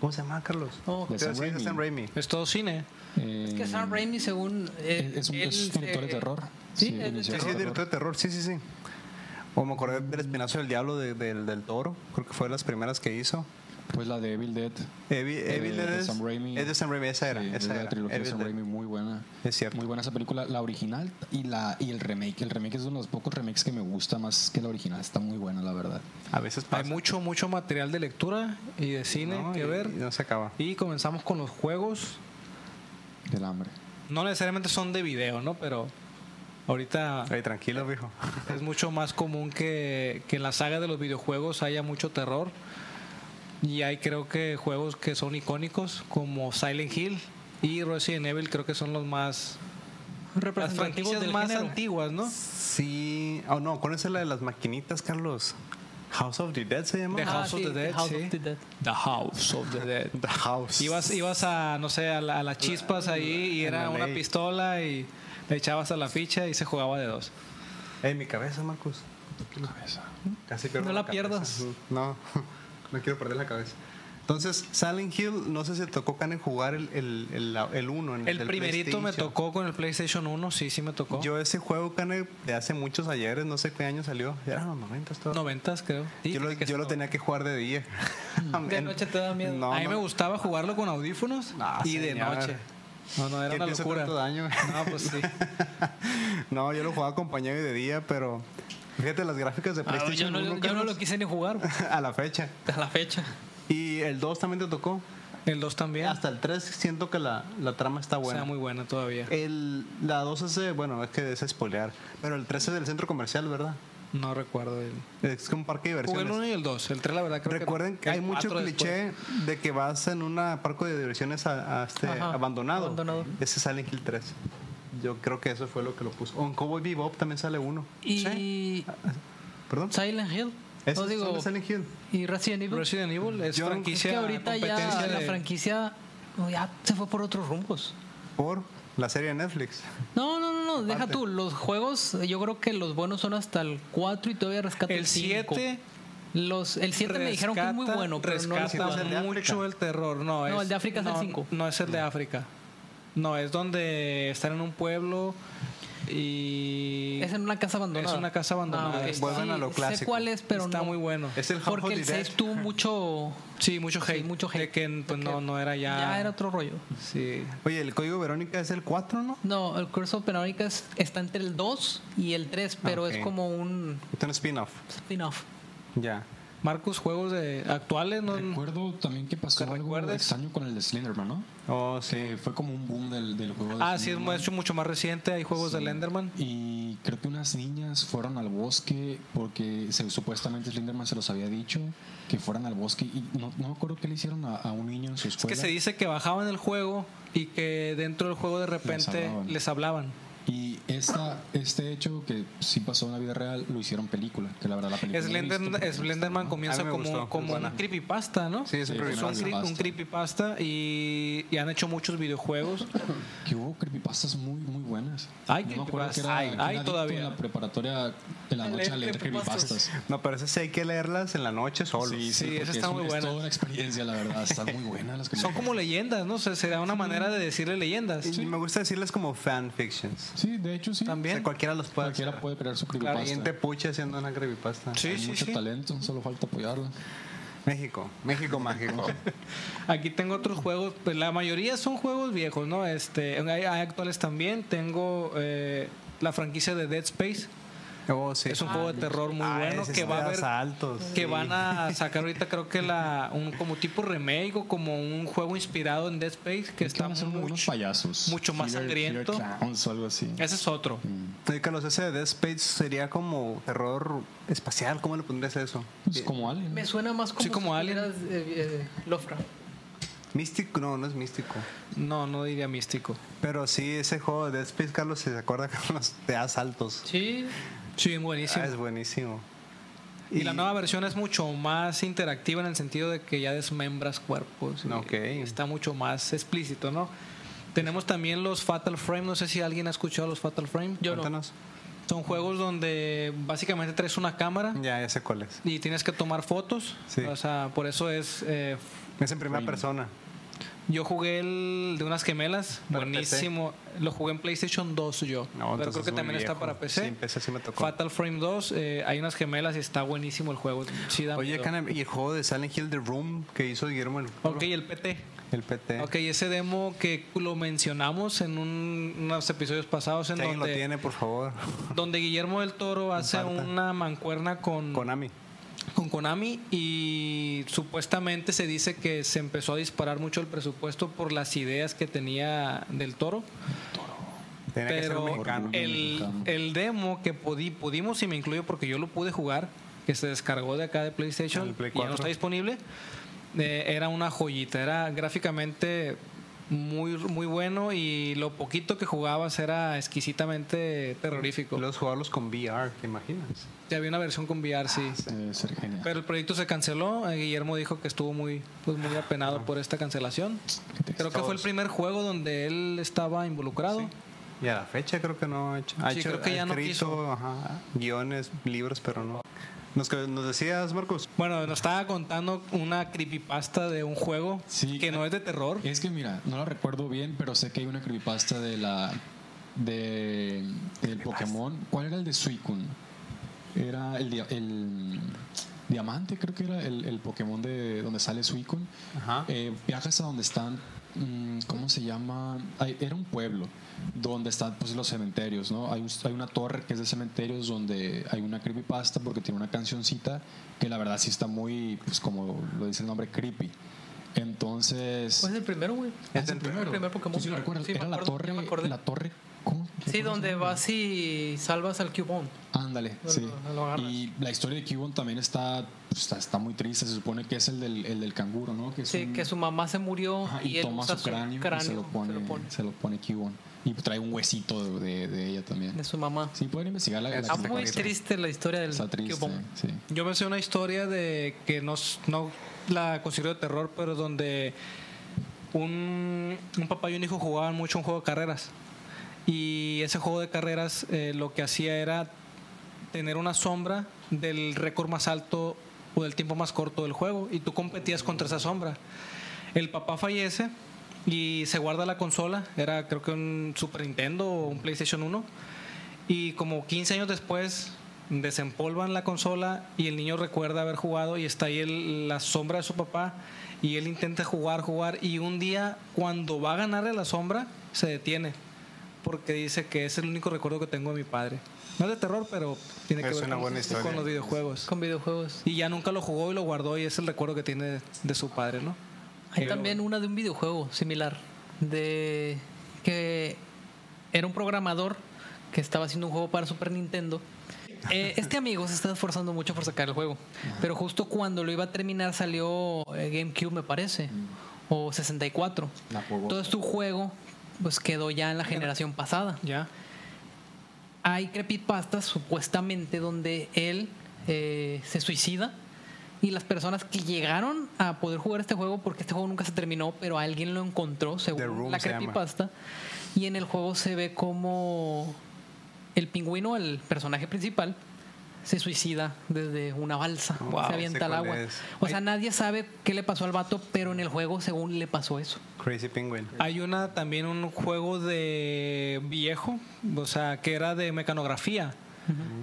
¿Cómo se llamaba, Carlos? No, De Sí, Sam sí, de Raimi. Sam Raimi. Es todo cine. eh, es que Sam Raimi, según. eh, es, es un es él director de se- terror. Sí, él es de inició Sí, el sí, terror. director de terror, sí, sí, sí. O me acordé del Espinazo del Diablo de- del, del Toro, creo que fue de las primeras que hizo. Pues la de Evil Dead. Evi- eh, Evil Dead de es, Sam Raimi. es de Sam Raimi, esa era. Sí, es esa la era. trilogía de Evil Sam Dead. Raimi, muy buena. Es cierto. Muy buena esa película, la original y la y el remake. El remake es uno de los pocos remakes que me gusta más que la original. Está muy buena, la verdad. A veces pasa. Hay mucho, mucho material de lectura y de cine No, que y- ver. y no se acaba. Y comenzamos con los juegos. Del hambre. No necesariamente son de video, ¿no? Pero ahorita Ay, tranquilo, viejo. es mucho más común que, que en la saga de los videojuegos haya mucho terror. Y hay creo que juegos que son icónicos como Silent Hill y Resident Evil creo que son los más... Las Representativos franquicias del más género. Ah, antiguas, ¿no? Sí. Oh, no, ¿cuál es la de las maquinitas, Carlos? House of the Dead se llama. The Ah, House of sí, the Dead, House sí. of the Dead. The House of the Dead. The House. Ibas, ibas a, no sé, a, la- a las chispas ahí y en era la una ley. pistola y le echabas a la ficha y se jugaba de dos. Eh, mi cabeza, Marcus. Casi pierdo No la cabeza. pierdas. No, no quiero perder la cabeza. Entonces, Silent Hill, no sé si te tocó, Canen, jugar el 1. El, el, el uno, en El del primerito me PlayStation. tocó con el PlayStation 1, sí, sí me tocó. Yo ese juego, Canen, de hace muchos ayeres, no sé qué año salió. Ya eran los 90 todo. 90 creo. Sí, yo lo, creo que yo sí. lo tenía que jugar de día. De noche te da miedo. No, a mí no. me gustaba jugarlo con audífonos Ah, y de señor. noche. No, no, era ¿Quién una te hizo locura. tanto daño? No, pues sí. No, yo lo jugaba acompañado y de día, pero fíjate las gráficas de Ah, yo, PlayStation no, 1, yo no lo Carlos, quise ni jugar güey, a la fecha. hasta la fecha. Y el 2 también te tocó. El 2 también. Hasta el 3 siento que la, la trama está O buena. sea, muy buena todavía. Eh, El, la 2 es de, bueno, es que es spoilear, pero el 3 es del centro comercial, ¿verdad? No recuerdo. El... Es que un parque de Jugué el diversiones. 1 y el 2. El 3, la verdad, creo Recuerden que el hay mucho cuatro después. cliché de que vas en un parque de diversiones a- a este Ajá, abandonado. abandonado. Ese sale en Hill 3. Yo creo que eso fue lo que lo puso. O en Cowboy Bebop también sale uno. Y Perdón. Silent Hill. Esos No son digo. de Silent Hill. Y Resident Evil. Resident Evil es Yo- es franquicia. que ahorita ya competencia la de- franquicia oh, ya se fue por otros rumbos. Por la serie de Netflix. No, no, no, no, deja Aparte. tú. Los juegos, yo creo que los buenos son hasta el 4 y todavía rescata el El 7. 7 Los, el 7 me dijeron que es muy rescata- bueno, pero no lo he rescata ¿Es jugado. el de mucho África? el terror. No, No, es, el de África es el no, cinco. No es el de África. No, es donde están en un pueblo y. Es en una casa abandonada. Es una casa abandonada. ok. Vuelven a lo Sé clásico. cuál es, pero Está no. muy bueno. Es el Half of Porque el the Dead. 6 tuvo mucho. Sí, mucho sí, hate. mucho De hate. que pues, De no, que no era ya. Ya era otro rollo. Sí. Oye, el código Verónica es el 4, ¿no? No, el Curse of Penorica está entre el 2 y el 3, pero ok. es como un Es un spin-off. spin-off. Ya. Marcus, juegos de actuales, ¿no? Recuerdo también que pasó ¿Que algo recuerdes? extraño con el de Slenderman, ¿no? Oh, sí. Que fue como un boom del, del juego de Ah, sí, es Slenderman. mucho, mucho más reciente. Hay juegos de Lenderman. Y creo que unas niñas fueron al bosque porque se- supuestamente Slenderman se los había dicho que fueran al bosque y no, no me acuerdo qué le hicieron a, a un niño en su Es que escuela. se dice que bajaban el juego y que dentro del juego de repente hablaban. les hablaban. Y esta, este hecho que sí pasó en la vida real lo hicieron película, que la verdad la película... no la he Slender- visto porque no está, Slenderman ¿no? comienza A mí me como, gustó, como es buena. un creepypasta, ¿no? Sí, es un Sí, Es creepypasta. un, creep- un creepypasta y, y han hecho muchos videojuegos. Que hubo creepypastas muy, muy buenas. Hay me acuerdo creepypastas, que hay- que era hay adicto todavía. En la preparatoria de la noche a leer creepypastas. No, pero esas sí hay que leerlas en la noche solo. sí, porque esas están es, muy es buenas. toda una experiencia, la verdad. Están muy buenas las Son creepypastas. como leyendas, ¿no? O sea, será una manera de decirle leyendas. Y me gusta decirles como fanfictions. Sí, de hecho sí. O sea, También. cualquiera los puede Cualquiera hacer. puede crear su Claro, y creepypasta. gente pucha haciendo una creepypasta. Sí, Hay sí, mucho sí. talento, solo falta apoyarlo. México. México mágico. Aquí tengo otros juegos, pues la mayoría son juegos viejos, ¿no? Este, hay, hay actuales también. Tengo eh, la franquicia de Dead Space. Oh, sí. Es un juego de terror muy Ah, bueno ese que es va a de haber asaltos, que sí. van a sacar ahorita creo que la un como tipo remake o como un juego inspirado en Dead Space que está Estamos en unos mucho payasos. mucho más Killer- sangriento. Killer Clowns o algo así. ese es otro. Oye, Carlos, ese de Dead Space sería como terror espacial. ¿Cómo le pondrías eso? Pues como Alien. Me suena más como, Sí, como si Alien. tuvieras, eh, eh, Lofra. Místico, no, no es místico. No, no diría místico. Pero sí, ese juego de Dead Space, Carlos, se acuerda, Carlos, te da saltos. Sí. Sí, Ah, buenísimo. es buenísimo. y, la nueva versión es mucho más interactiva en el sentido de que ya desmembras cuerpos. y Ok. Está mucho más explícito, ¿no? Tenemos también los Fatal Frame. No sé si alguien ha escuchado los Fatal Frame. Yo no. Cuéntanos. Son juegos donde básicamente traes una cámara Ya, ya sé cuál es. y tienes que tomar fotos. Sí. O sea, por eso es. eh, Es en primera persona. yo jugué el de unas gemelas, Para buenísimo. Lo jugué en PlayStation 2 yo. No, pero creo entonces que es muy también está viejo. para PC. Sí, en PC sí me tocó. Fatal Frame 2, eh, hay unas gemelas y está buenísimo el juego. Sí, da Oye, miedo. Canem, ¿y el juego de Silent Hill The Room que hizo Guillermo el, Ok, el PT. el PT? Ok, ese demo que lo mencionamos en un- unos episodios pasados en Si alguien lo donde, tiene, por favor. donde Guillermo del Toro hace Comparta. una mancuerna con, Konami. con Konami y supuestamente se dice que se empezó a disparar mucho el presupuesto por las ideas que tenía del Toro. Tenía que ser Pero un mexicano. el, mexicano. el demo que pudi- pudimos, y me incluyo porque yo lo pude jugar, que se descargó de acá de PlayStation El Play y ya no 4. está disponible, eh, era una joyita. Era gráficamente muy, muy bueno y lo poquito que jugabas era exquisitamente terrorífico. Los jugarlos con VR, ¿te imaginas? Ya había una versión con VR, sí. Ah, Debe ser genial. Pero el proyecto se canceló. eh, Guillermo dijo que estuvo muy, pues, muy apenado por esta cancelación. Qué triste. Creo que fue el primer juego donde él estaba involucrado. Y a la fecha creo que no ha hecho. ha Sí, hecho- creo que ha ya no escrito, quiso. ajá, guiones, libros, pero no. Nos, que- nos decías, Marcos. Bueno, nos estaba contando una creepypasta de un juego Sí. que no es de terror. Es que mira, no la recuerdo bien, pero sé que hay una creepypasta de la de del Pokémon. ¿Cuál era el de Suicune? Era el, dia- el diamante, creo que era el, el Pokémon de donde sale Suicune. Ajá. Eh, viajas a donde están, mm, ¿cómo se llama? Ay, era un pueblo donde están pues, los cementerios, ¿no? Hay, un- hay una torre que es de cementerios donde hay una creepypasta porque tiene una cancioncita que la verdad sí está muy, pues como lo dice el nombre, creepy. Entonces... Pues el primero, güey. Ah, es el primero. El primer Pokémon. Tú sí lo recuerdas. Sí, me Era la acuerdo, torre. ya me acordé. La torre. ¿Cómo? Sí, donde vas y salvas al Cubone. Ándale, Lo- sí. lo agarras. Y la historia de Cubone también está, pues, está, está muy triste. Se supone que es el del, el del canguro, ¿no? Que es Sí, un- que su mamá se murió Ajá, y, y él toma usa su cráneo, y se lo pone, se lo pone. Cubone. Y trae un huesito de, de- de ella también. de su mamá. Sí, pueden investigar la, la Está creepypasta. muy triste la historia del Está triste, Cubone. sí. Yo pensé una historia de que no, s- no la considero de terror, pero donde un, un papá y un hijo jugaban mucho un juego de carreras. Y ese juego de carreras eh, lo que hacía era tener una sombra del récord más alto o del tiempo más corto del juego. Y tú competías contra esa sombra. El papá fallece y se guarda la consola. Era creo que un Super Nintendo o un PlayStation 1. Y como 15 años después desempolvan la consola y el niño recuerda haber jugado y está ahí el- la sombra de su papá y él intenta jugar, jugar y un día cuando va a ganarle la sombra se detiene porque dice que es el único recuerdo que tengo de mi padre. No es de terror, pero tiene que Es ver una con, buena historia. con los videojuegos. Con videojuegos. Y ya nunca lo jugó y lo guardó y es el recuerdo que tiene de, de su padre, ¿no? Hay Pero- también una de un videojuego similar. De que era un programador que estaba haciendo un juego para Super Nintendo. Eh, este amigo se estaba esforzando mucho por sacar el juego. Pero justo cuando lo iba a terminar salió eh, GameCube, me parece. O 64. La fogota. Entonces tu juego pues quedó ya en la generación pasada. Ya. Hay creepypastas supuestamente donde él eh, se suicida y las personas que llegaron a poder jugar este juego, porque este juego nunca se terminó, pero alguien lo encontró The según Room la se llama. creepypasta, y en el juego se ve como el pingüino, el personaje principal, se suicida desde una balsa, Wow, se avienta sé al cuál agua. es. O sea, nadie sabe qué le pasó al vato, pero en el juego según le pasó eso. Crazy Penguin. Hay una también un juego de viejo, o sea, que era de mecanografía.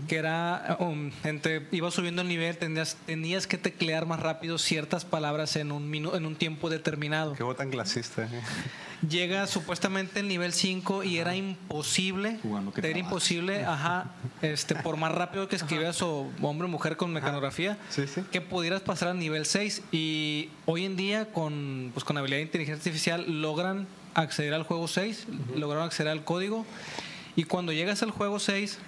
que era, um, entre- iba subiendo el nivel, tenías, tenías que teclear más rápido ciertas palabras en un, minu- en un tiempo determinado. Qué votan clasista. eh. Llega supuestamente el nivel 5 y era imposible. Jugando que Era trabajas. imposible, ajá, este, por más rápido que escribieras o hombre o mujer con mecanografía, Sí, sí. que pudieras pasar al nivel 6. Y hoy en día, con, pues, con habilidad de inteligencia artificial, logran acceder al juego 6, lograron acceder al código. Y cuando llegas al juego 6,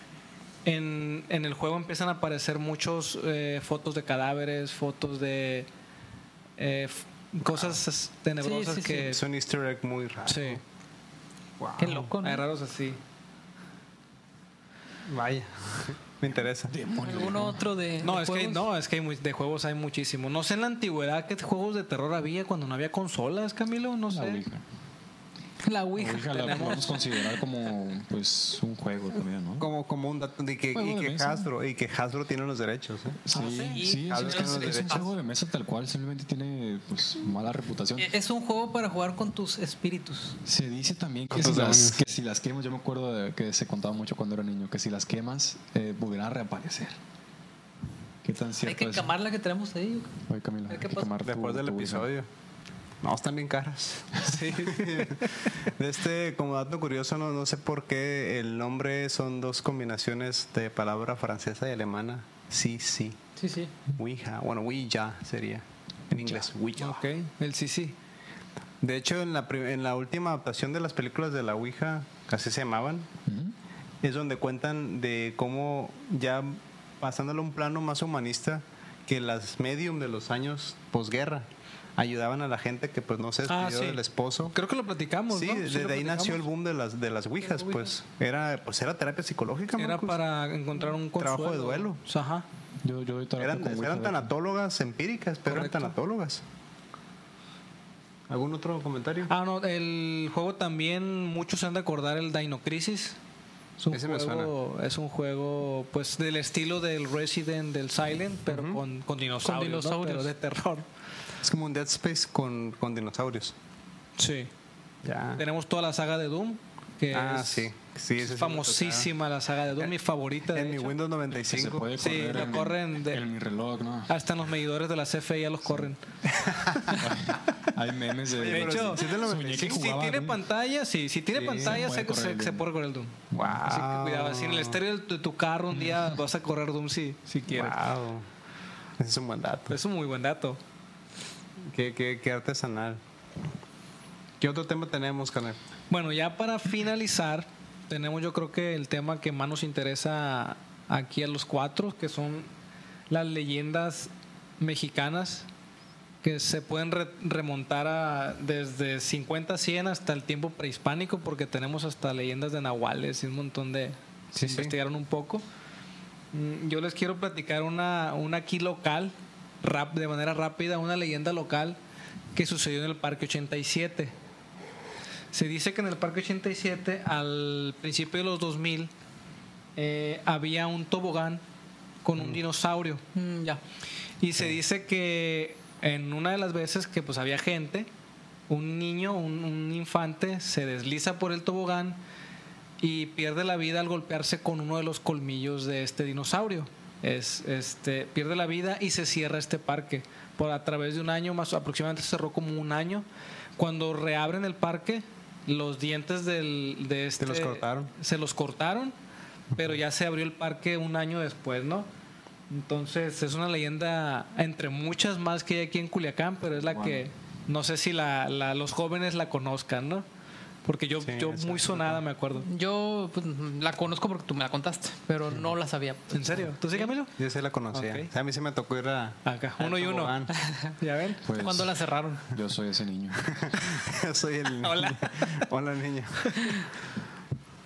en, en el juego empiezan a aparecer muchos eh, fotos de cadáveres, fotos de eh, f- cosas es- tenebrosas Sí, sí, sí. que... Es un easter egg muy raro. Sí, Ah, Qué loco, ¿no? hay raros así. Vaya. Me interesa. ¿Algún otro de.? No, de es que, juegos? no, es que hay mu- de juegos hay muchísimo. No sé en la antigüedad qué juegos de terror había cuando no había consolas, Camilo, no La sé. Ouija. La La Ouija. Ouija la podemos considerar como pues, un juego también, ¿no? Como, como un dato de que, Juego y de que mesa. Hasbro, y que Hasbro tiene los derechos. ¿eh? Sí, sí, Ah, es, sí, es- es sí. un juego de mesa tal cual, simplemente tiene pues, mala reputación. Eh, Es un juego para jugar con tus espíritus. Se dice también que Con si, tus las, demonios. que si las quemas, yo me acuerdo de que se contaba mucho cuando era niño, que si las quemas, eh, volverán a reaparecer. ¿Qué tan Hay cierto que es? quemar la que tenemos ahí. Oye, Camila, Hay hay que que pas- quemar tu- Después del tu Ouija. episodio. No, están bien caras. Sí. De este, como dato curioso, no, no sé por qué el nombre son dos combinaciones de palabra francesa y alemana. Sí, sí. Sí, sí. Ouija. Bueno, Ouija sería. En inglés, Ouija. Ok, el sí, sí. De hecho, en la, prim- en la última adaptación de las películas de la Ouija, así se llamaban, es donde cuentan de cómo ya pasándolo a un plano más humanista, que las medium de los años posguerra ayudaban a la gente que pues no se Ah, despidió sí. del esposo. Creo que lo platicamos, Sí, ¿no? desde lo ahí nació el platicamos. boom de las de las ouijas, pues era pues era terapia psicológica, Era Marcos. para encontrar un consuelo. Trabajo de duelo. O sea, Ajá. Yo, yo doy terapia eran, con Ouija, eran de hecho. tanatólogas empíricas, pero Correcto. eran tanatólogas. ¿Algún otro comentario? Ah, no, el juego también, muchos se han de acordar el Dino Crisis. Es un, Ese me juego, es un juego, pues, del estilo del Resident, del Silent, pero con, con dinosaurios, ¿no? dinosaurios. Pero de terror. Es como un Dead Space con, con dinosaurios. Sí. Ya. Ah. Tenemos toda la saga de Doom, que Ah, es sí. Sí, ese sí me famosísima la saga de Doom, mi favorita. de Eh, En mi hecho. Windows Que se 95. puede Sí, correr lo en, corren de- Ah. en mi reloj, ¿no? Hasta en los medidores de la CFE ya los corren. Hay memes de... De hecho, si es del soñé que 95, si jugaba tiene Doom. pantalla, sí, si tiene Sí, pantalla, se se, puede se- correr el se Doom. puede correr el Doom. Wow. Así que cuidado, si en el estéreo de tu, tu carro un día vas a correr Doom si, si quieres. Wow. Ese es un buen dato. Es un muy buen dato. Qué, qué- qué artesanal. ¿Qué otro tema tenemos, Canel? Bueno, ya para finalizar, tenemos yo creo que el tema que más nos interesa aquí a los cuatro, que son las leyendas mexicanas que se pueden re- remontar a desde 50, 100 hasta el tiempo prehispánico, porque tenemos hasta leyendas de nahuales y un montón de... se Sí, sí. investigaron un poco. Mm, Yo les quiero platicar una, una aquí local, rap, de manera rápida, una leyenda local que sucedió en el Parque 87. Se dice que en el Parque 87, al principio de los 2000, eh, había un tobogán con un dinosaurio. Mm, ya. Y se dice que en una de las veces que pues había gente, un niño, un, un infante, se desliza por el tobogán y pierde la vida al golpearse con uno de los colmillos de este dinosaurio. Es, este, pierde la vida y se cierra este parque. Por a través de un año, más aproximadamente se cerró como un año. Cuando reabren el parque, los dientes del, de este... los cortaron. Se los cortaron, pero ya se abrió el parque un año después, ¿no? Entonces es una leyenda entre muchas más que hay aquí en Culiacán, pero es la Bueno. que no sé si la, la- los jóvenes la conozcan, ¿no? Porque yo, Sí, yo esa muy es sonada me acuerdo. Yo pues, la conozco porque tú me la contaste, pero no la sabía. ¿En serio? ¿Tú sí, Camilo? Yo sí Ah, la conocía. Ok. O sea, a mí se me tocó ir a. Acá, al uno y uno. tobogán. ¿Ya ven? Pues, Cuando la cerraron. Yo soy ese niño. Yo soy el. Hola. Hola, niña.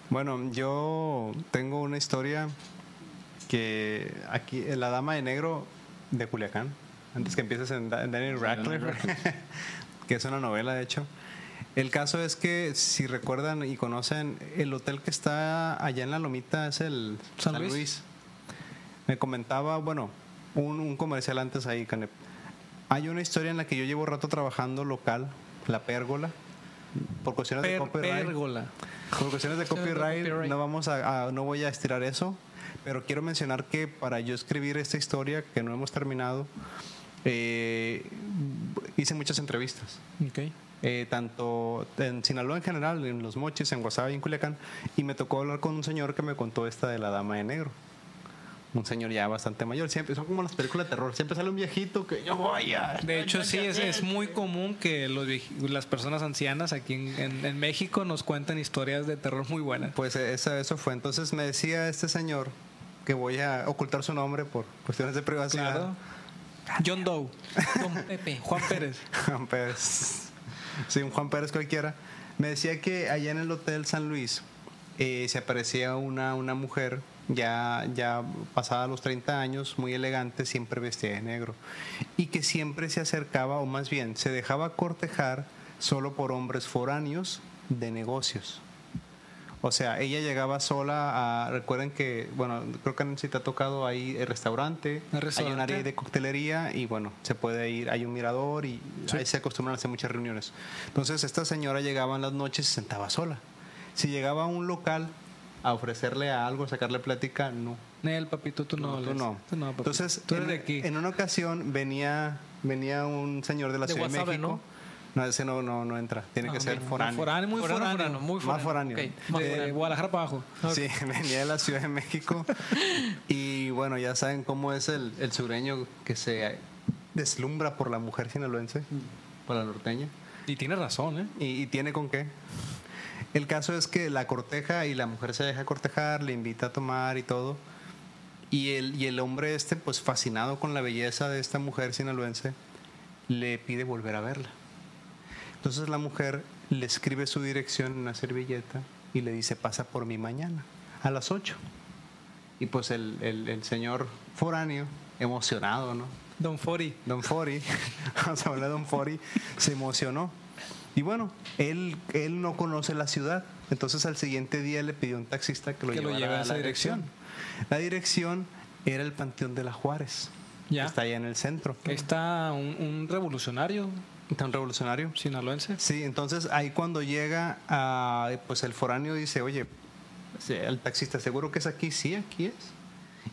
Bueno, yo tengo una historia que aquí, en La Dama de Negro de Culiacán, antes que empieces en, Da- en Daniel Radcliffe, que es una novela, de hecho. El caso es que, si recuerdan y conocen, el hotel que está allá en la Lomita es el ¿San Luis? Me comentaba, bueno, un, un comercial antes ahí, Canep. Hay una historia en la que yo llevo rato trabajando local, La Pérgola, por cuestiones de Per- copyright. pérgola. Por cuestiones de Cuestiones de copyright, copyright. no vamos a, a- no voy a estirar eso. Pero quiero mencionar que para yo escribir esta historia, que no hemos terminado, eh, hice muchas entrevistas. Ok. eh, tanto en Sinaloa en general, en Los Mochis, en Guasave y en Culiacán, y me tocó hablar con un señor que me contó esta de la Dama de Negro. Un señor ya bastante mayor, siempre son como las películas de terror, siempre sale un viejito que yo voy a... De hecho, sí, es, es muy común que los vieji- las personas ancianas aquí en, en- en México nos cuenten historias de terror muy buenas. Pues eso, eso fue, entonces me decía este señor que voy a ocultar su nombre por cuestiones de privacidad. Claro. John Doe, Don Pepe. Juan Pérez. Juan Pérez. Sí, un Juan Pérez cualquiera. Me decía que allá en el Hotel San Luis eh, se aparecía una, una mujer ya, ya pasada los 30 años, muy elegante, siempre vestida de negro. Y que siempre se acercaba, o más bien, se dejaba cortejar solo por hombres foráneos de negocios. O sea, ella llegaba sola a. Recuerden que, bueno, creo que si te ha tocado ahí el restaurante, El hay un restaurante. área de coctelería y bueno, se puede ir, hay un mirador y ahí se acostumbran a hacer muchas reuniones. Entonces, esta señora llegaba en las noches y se sentaba sola. Si llegaba a un local a ofrecerle a algo, a sacarle plática, no. Nel, papito, tú no. No, tú hables. no. Tú no, papito. Entonces, tú eres en, de aquí. en una ocasión venía, venía un señor de la De Ciudad Guasave, de México. ¿no? ese no, no, no entra, tiene Ah, que ser ok. foráneo. Foráneo, muy Foráneo, foráneo. Eh, foráneo, muy Más foráneo. foráneo. Ok, más De foráneo. Guadalajara para abajo. Sí, venía de la Ciudad de México. Y bueno, ya saben cómo es el, el sureño que se deslumbra por la mujer sinaloense, por la norteña. Y tiene razón, ¿eh? Y, y tiene con qué. El caso es que la corteja y la mujer se deja cortejar, le invita a tomar y todo. Y el, y el hombre este, pues fascinado con la belleza de esta mujer sinaloense, le pide volver a verla. Entonces la mujer le escribe su dirección en una servilleta y le dice, pasa por mí mañana, a las 8. Y pues el, el- el señor foráneo, emocionado, ¿no? Don Fori. Don Fori, vamos a hablar de Don Fori, se emocionó. Y bueno, él, él no conoce la ciudad, entonces al siguiente día le pidió a un taxista que lo Que lo llevara lleve a a esa la dirección. La dirección era el Panteón de la Juárez, Ya. que está allá en el centro. Ahí está un, un revolucionario Tan revolucionario. sinaloense. Sí, entonces ahí cuando llega, a, pues el foráneo dice, oye, el taxista, ¿seguro que es aquí? Sí, aquí es.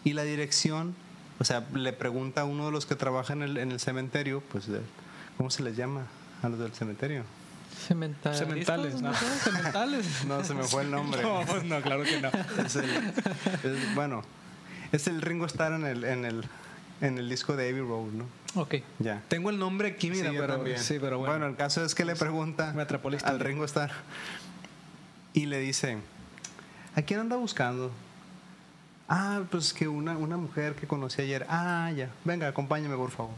Y la dirección, o sea, le pregunta a uno de los que trabaja en el, en el cementerio, pues, de- ¿cómo se les llama a los del cementerio? Cemental. Cementales, ¿no? Cementales. No, se me fue el nombre. No, pues no, claro que no. Es el- es- bueno, es el Ringo Starr en el, en el, en el disco de Abbey Road, ¿no? Ok. Ya. Tengo el nombre aquí, mira, Sí, yo pero, también. sí, pero bueno. el caso es que le pregunta Me atrapó la al historia. Ringo Starr y le dice, ¿a quién anda buscando? Ah, pues que una, una mujer que conocí ayer. Ah, ya. Venga, acompáñame, por favor.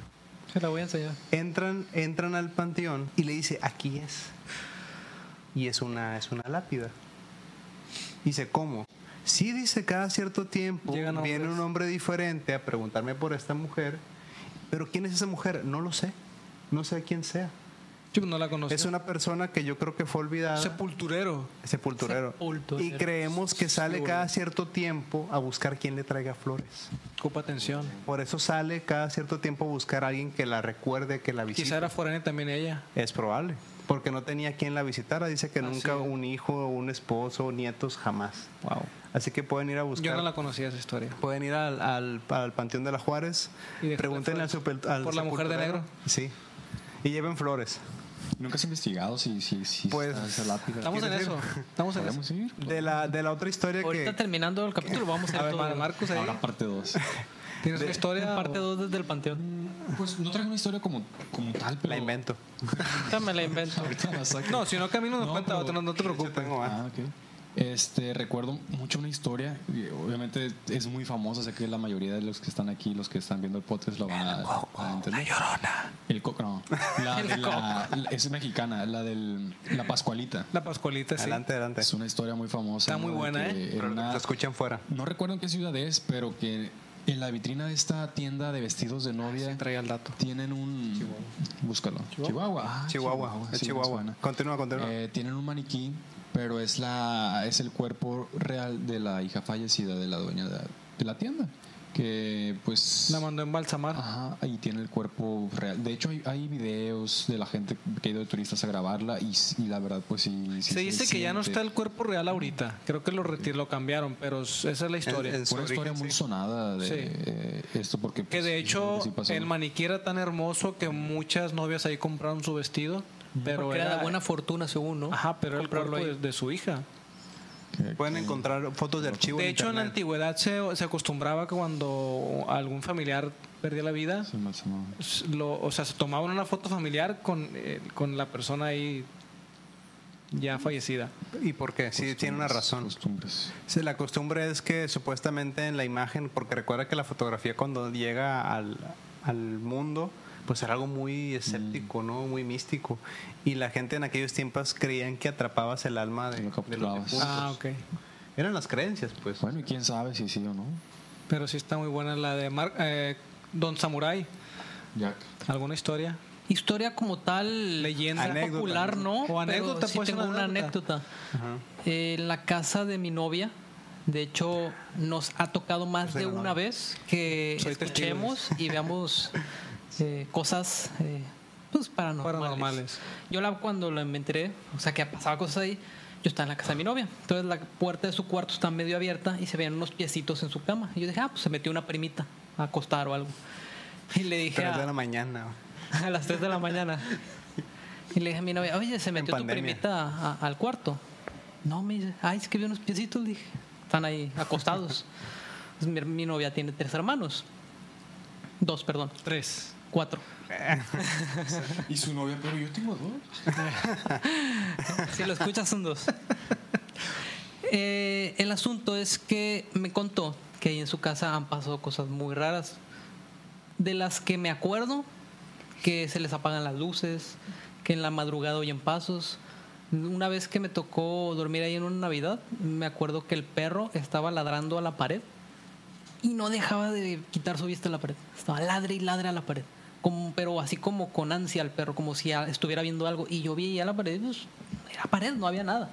Se la voy a enseñar. Entran, entran al panteón y le dice, aquí es. Y es una, es una lápida. Dice, ¿cómo? Sí, dice, cada cierto tiempo Llegan viene hombres. un hombre diferente a preguntarme por esta mujer. Pero ¿quién es esa mujer? No lo sé. No sé quién sea. Yo no la conozco. Es una persona que yo creo que fue olvidada. sepulturero. sepulturero. Sepulturero. Y creemos que sale eh, Seguro. cada cierto tiempo a buscar quien le traiga flores. Copa atención. Por eso sale cada cierto tiempo a buscar a alguien que la recuerde, que la visite. Quizá era foránea también ella. Es probable, porque no tenía quien la visitara. Dice que nunca es. un hijo, un esposo, nietos, jamás. Wow. Así que pueden ir a buscar. Yo no la conocía esa historia. Pueden ir al, al- al Panteón de la Juárez, Y dejarle pregúntenle al, flores. sepul- al Por la mujer de sepulturero. negro. Sí. Y lleven flores. Nunca has investigado si, si, si Pues, está esa lápida. Estamos en ¿Quieres eso. ir? Estamos en eso. ¿Podemos ir? De la, de la otra historia Ahorita que... terminando el capítulo, vamos a A ver ver, todo. Marcos, ahí. Ahora parte 2. ¿Tienes una historia? Parte o- Mm. 2 desde el panteón. Pues no traigo una historia como, como tal, pero. La invento. Esta me la invento. Ahorita la saco. No, si no camino nos No, cuenta pero- otro, no, no te preocupes. Tengo, ¿eh? Ah, ok. Este, recuerdo mucho una historia, y obviamente es muy famosa, sé que la mayoría de los que están aquí, los que están viendo el podcast, lo van a... a entender. llorona. El coco, no. La, de la- la- es mexicana, la del... La Pascualita. La Pascualita, sí. Adelante, adelante. Es una historia muy famosa. Está muy ¿no? De buena, que ¿eh? era Pero una- lo escuchan fuera. no recuerdo en qué ciudad es, pero que en la vitrina de esta tienda de vestidos de novia... Traía el dato. Tienen un. Búscalo. Chihuahua. Ah, Chihuahua. es sí, me Chihuahua. suena. Continúa, continúa. Eh, tienen un maniquí, pero es la es el cuerpo real de la hija fallecida de la dueña de, de la tienda. que pues... La mandó a embalsamar. Ajá, y tiene el cuerpo real. De hecho, hay, hay videos de la gente que ha ido de turistas a grabarla y, s- y la verdad, pues sí. sí se dice que ya no siente. está el cuerpo real ahorita. Creo que lo reti- lo cambiaron, pero s- esa es la historia. en su Fue una historia origen, muy sí. sonada de Sí. eh, esto porque... Que pues, de hecho sí pasó. el maniquí era tan hermoso que muchas novias ahí compraron su vestido, pero Porque era, era de buena fortuna, según, ¿no? Ajá, pero era el Comprarlo cuerpo de, ahí. de su hija. Pueden encontrar fotos de archivo. de hecho en la internet. antigüedad se, se acostumbraba que cuando algún familiar perdía la vida, Se me hace mal. s- lo- o sea, se tomaban una foto familiar con, eh, con la persona ahí ya fallecida. ¿Y por qué? Sí, tiene una Costumbres, razón. Costumbres. Sí, la costumbre es que supuestamente en la imagen, porque recuerda que la fotografía cuando llega al, al mundo, pues era algo muy escéptico, ¿no? Muy místico. Y la gente en aquellos tiempos creían que atrapabas el alma de, Lo de los capturabas. difuntos. Ah, ok. Eran las creencias, pues. Bueno, y quién sabe si sí o no. Pero sí está muy buena la de Mar- eh, Don Samurai. Jack. ¿Alguna historia? Historia como tal. Leyenda. tan Anécdota. popular, ¿no? O anécdota, Pero sí puede ser tengo una una anécdota. anécdota. Eh, En la casa de mi novia, de hecho, nos ha tocado más Soy de la una novia. vez que Soy testigo. escuchemos y veamos eh, cosas eh, pues, paranormales. Paranormales. Yo la, cuando la- me enteré, o sea, que pasaba cosas ahí, yo estaba en la casa de mi novia. Entonces la puerta de su cuarto está medio abierta y se veían unos piecitos en su cama. Y yo dije, ah, pues se metió una primita a acostar o algo. Y le dije Tres a- de la mañana. a las 3 de la mañana. Y le dije a mi novia, oye, se metió tu pandemia. primita a- a- al cuarto. No, me dice, ay, es que vi unos piecitos, le dije. Están ahí acostados. Pues mi, mi novia tiene tres hermanos. Dos, perdón. Tres. Cuatro. Y su novia, pero yo tengo dos. Si lo escuchas, son dos. Eh, el asunto es que me contó que ahí en su casa han pasado cosas muy raras. De las que me acuerdo, que se les apagan las luces, que en la madrugada oyen pasos. Una vez que me tocó dormir ahí en una Navidad, me acuerdo que el perro estaba ladrando a la pared y no dejaba de quitar su vista a la pared. Estaba ladre y ladre a la pared. Como, pero así como con ansia el perro, como si a- estuviera viendo algo. Y yo veía la pared, y, pues, era pared, no había nada.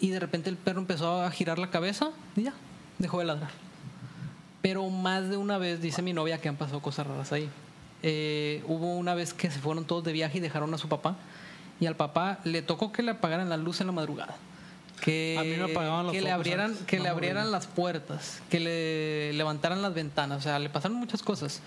Y de repente el perro empezó a girar la cabeza y ya, dejó de ladrar. Pero más de una vez, dice mi novia, que han pasado cosas raras ahí. Eh, hubo una vez que se fueron todos de viaje y dejaron a su papá. Y al papá le tocó que le apagaran la luz en la madrugada. Que, A mí me apagaban los que le focos abrieran, antes. que No, le no, abrieran no. las puertas, que le levantaran las ventanas. O sea, le pasaron muchas cosas.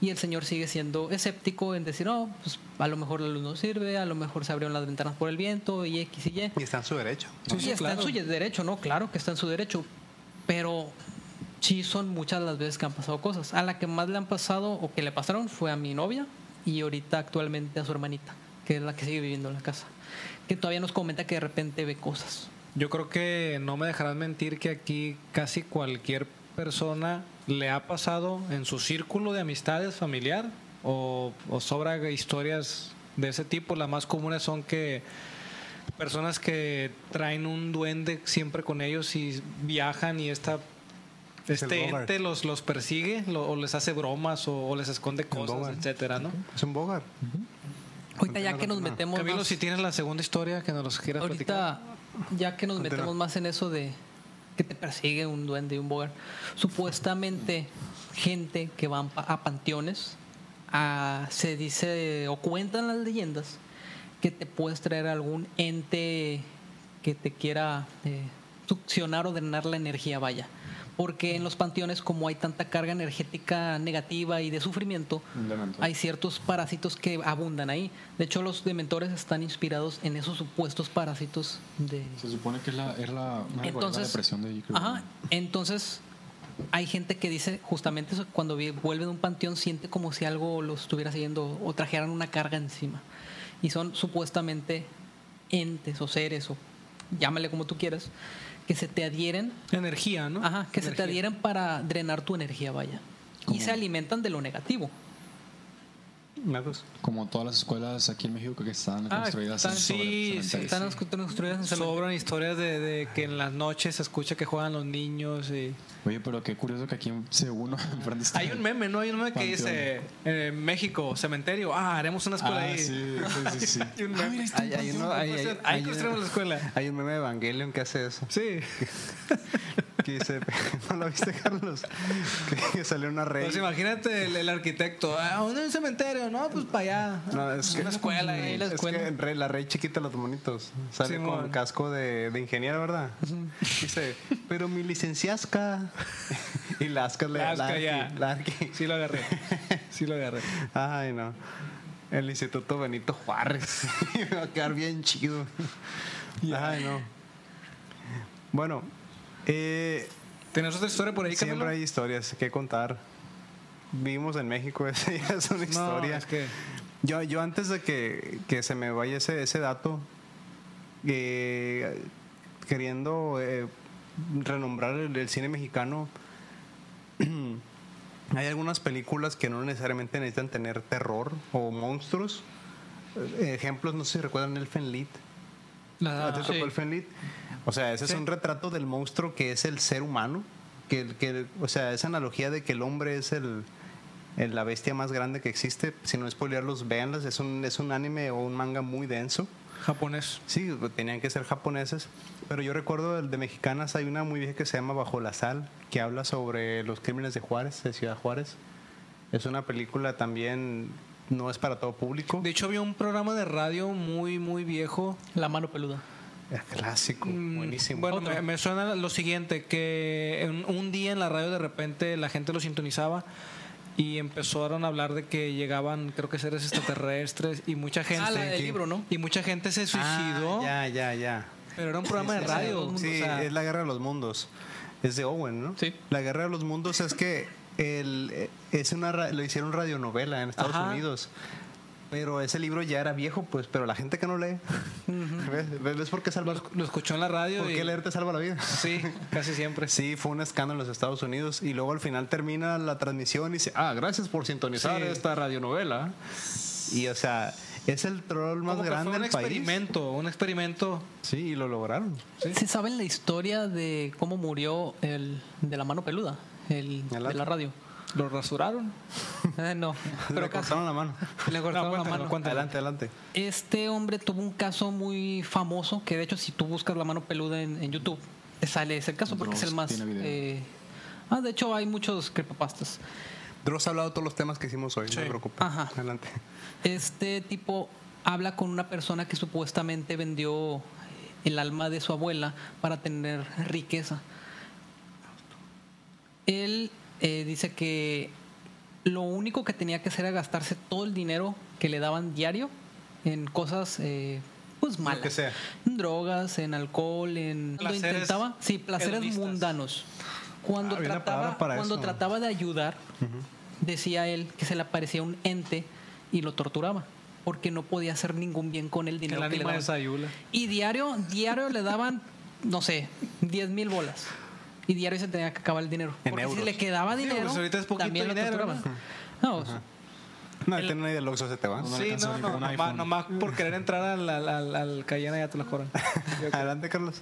Y el señor sigue siendo escéptico en decir, no, pues a lo mejor la luz no sirve, a lo mejor se abrieron las ventanas por el viento y X y Y Y está en su derecho. Sí, y sí, está claro. en su derecho, ¿no? Claro que está en su derecho. Pero sí son muchas las veces que han pasado cosas. A la que más le han pasado o que le pasaron fue a mi novia y ahorita actualmente a su hermanita, que es la que sigue viviendo en la casa. Que todavía nos comenta que de repente ve cosas. Yo creo que no me dejarán mentir que aquí casi cualquier persona le ha pasado en su círculo de amistades familiar o, o sobra historias de ese tipo. Las más comunes son que personas que traen un duende siempre con ellos y viajan y esta... Es el Este Bogart. ente los, los persigue lo- o les hace bromas o, o les esconde cosas, Bogart. etcétera, ¿no? Es un bogar. Ahorita Continúa, ya que nos continúa. metemos Camilo, más- si tienes la segunda historia que nos quieras platicar. Ahorita, ya que nos Continúa. metemos más en eso de que te persigue un duende y un bogar, supuestamente gente que va a panteones, a- se dice o cuentan las leyendas que te puedes traer algún ente que te quiera eh, succionar o drenar la energía, vaya. Porque en los panteones, como hay tanta carga energética negativa y de sufrimiento, Un dementor. hay ciertos parásitos que abundan ahí. De hecho, los dementores están inspirados en esos supuestos parásitos de... Se supone que es la, es la, una alegoría de la Ah, depresión de Jekyll. ajá, entonces hay gente que dice justamente eso, cuando vi- vuelve de un panteón siente como si algo lo estuviera siguiendo o trajeran una carga encima. Y son supuestamente entes o seres o llámale como tú quieras, que se te adhieren Energía, ¿no? Ajá, que se te Energía. adhieran para drenar tu energía, vaya. Y se alimentan de lo negativo. Marcos. Como todas las escuelas aquí en México que están Ah, construidas están- en sí, sobre sí, Están cementerios. las construidas en cementerio. Sobran historias de, de que en las noches se escucha que juegan los niños y... Oye, pero qué curioso que aquí en- se uno enfrente está- Hay un meme, ¿no? Hay un meme que dice eh, México, cementerio, ah, haremos una escuela Ah, ahí. sí, sí, sí, Ah, Y sí. un meme. Hay, hay uno- hay- hay- Ahí hay construimos la un- escuela. hay un meme de Evangelion que hace eso. Sí. que se- ¿No la viste, Carlos? Que, que salió una rey. Pues imagínate el, el arquitecto. ¿A dónde es un cementerio? No, pues para allá. No, es que- una escuela ahí. la Es escuela. que re- la rey chiquita de los monitos. Sale Simón. con casco de, de ingeniero, ¿verdad? Dice, pero mi licenciasca. y la asca le La la asca arqui- ya. la arqui. Sí lo agarré. Sí lo agarré. Ay, no. El Instituto Benito Juárez. Me va a quedar bien chido. Ay, no. Bueno, eh, ¿Tenés otra historia por ahí, siempre Camilo? hay historias que contar. Vivimos en México, esa ya es una historia. No, es que... Yo, yo antes de que, que se me vaya ese, ese dato, eh, queriendo eh, renombrar el, el cine mexicano, hay algunas películas que no necesariamente necesitan tener terror o monstruos. Eh, Ejemplos, no sé si recuerdan el Fenlit. La- Ah, ¿A ti Ah, te tocó sí. el Fenlit? O sea, ese es un retrato del monstruo que es el ser humano. Que, el- que, el- o sea, esa analogía de que el hombre es el, el- la bestia más grande que existe. Si no spoilearlos, véanlas. Es un, es un anime o un manga muy denso. Japonés. Sí, tenían que ser japoneses. Pero yo recuerdo el de mexicanas. Hay una muy vieja que se llama Bajo la Sal, que habla sobre los crímenes de Juárez, de Ciudad Juárez. Es una película también, no es para todo público. De hecho, había un programa de radio muy, muy viejo. La mano peluda. Es Ah, clásico, Mm, buenísimo. Bueno, Otro. me, me suena lo siguiente, que en- un día en la radio de repente la gente lo sintonizaba y empezaron a hablar de que llegaban, creo que seres extraterrestres y mucha gente... Ah, la del libro, ¿no? Y mucha gente se suicidó, Ah, ya, ya, ya. pero era un programa de sí, sí. radio. Mundos, Sí, eh, o sea, es la guerra de los mundos. Es de Owen, ¿no? Sí. La guerra de los mundos es que el, eh, es una, ra- lo hicieron radionovela en Estados Ajá. Unidos. Pero ese libro ya era viejo, pues, pero la gente que no lee. ¿Ves? ¿Ves? ¿Ves por qué salva, lo, lo escuchó en la radio por y... qué leer te salva la vida? Sí, casi siempre. Sí, fue un escándalo en los Estados Unidos y luego al final termina la transmisión y dice, ah, gracias por sintonizar Sí. esta radionovela. Y o sea, es el troll más Como que fue grande un del país. experimento, un experimento. Sí, y lo lograron. ¿Sí saben la historia de cómo murió el de la mano peluda? El, El de la otro. radio. Lo rasuraron. Eh, no, Pero pero casi. cortaron la mano. Le cortaron la cuéntalo, mano. cuéntalo. Adelante, adelante. Este hombre tuvo un caso muy famoso que de hecho si tú buscas la mano peluda en, en YouTube te sale ese caso porque es Dross el más... tiene video. eh, ah, de hecho hay muchos creepypastas. Dross ha hablado de todos los temas que hicimos hoy, no te preocupes. Ajá. Adelante. Este tipo habla con una persona que supuestamente vendió eh, el alma de su abuela para tener riqueza. Él eh, dice que lo único que tenía que hacer era gastarse todo el dinero que le daban diario en cosas eh, pues malas. que sea. En drogas, en alcohol, en Placeres lo intentaba, sí, placeres hedonistas. mundanos. Cuando Ah, había una trataba palabra para cuando eso. trataba de ayudar, decía él que se le aparecía un ente y lo torturaba porque no podía hacer ningún bien con el El dinero que le ánima de daban. Sayula. Y diario, diario le daban, no sé, 10 mil bolas. Y diario se tenía que acabar el dinero. En Porque si euros. le quedaba Sí, dinero, pues ahorita es poquito también dinero, lo torturaban. No, No, tiene una idea del Oxxo, se te va. No, no Sí, alcanza no, ni no, con un nomás, iPhone. nomás por querer entrar al, al, al, al Cayena ya te lo cobran. Adelante, Carlos.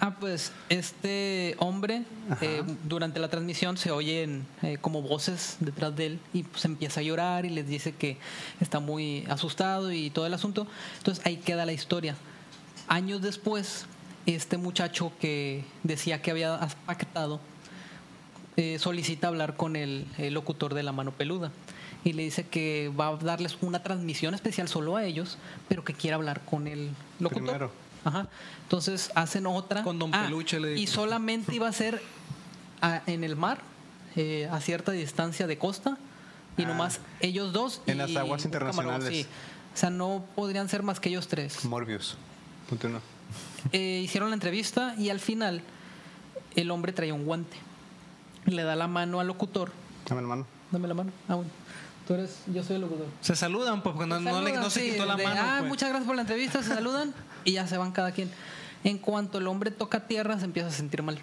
Ah, pues este hombre eh, durante la transmisión se oyen eh, como voces detrás de él y pues empieza a llorar y les dice que está muy asustado y todo el asunto. Entonces ahí queda la historia. Años después, este muchacho que decía que había pactado eh, solicita hablar con el, el locutor de la mano peluda y le dice que va a darles una transmisión especial solo a ellos, pero que quiere hablar con el locutor. Primero. Ajá. Entonces hacen otra. Con Don Peluche le Ah, Y dijo. solamente iba a ser a- en el mar, eh, a cierta distancia de costa, y Ah. nomás ellos dos. En y las aguas un camarógrafo, internacionales. sí. O sea, no podrían ser más que ellos tres. Morbius. Continúa. Eh, hicieron la entrevista y al final el hombre traía un guante. Le da la mano al locutor. Dame la mano. Dame la mano. Ah, bueno. Tú eres, yo soy el locutor. Se saludan, pues, porque no, no le- Saludan, no se sí, quitó la de, mano. Ah, pues. muchas gracias por la entrevista, se saludan y ya se van cada quien. En cuanto el hombre toca tierra, se empieza a sentir mal.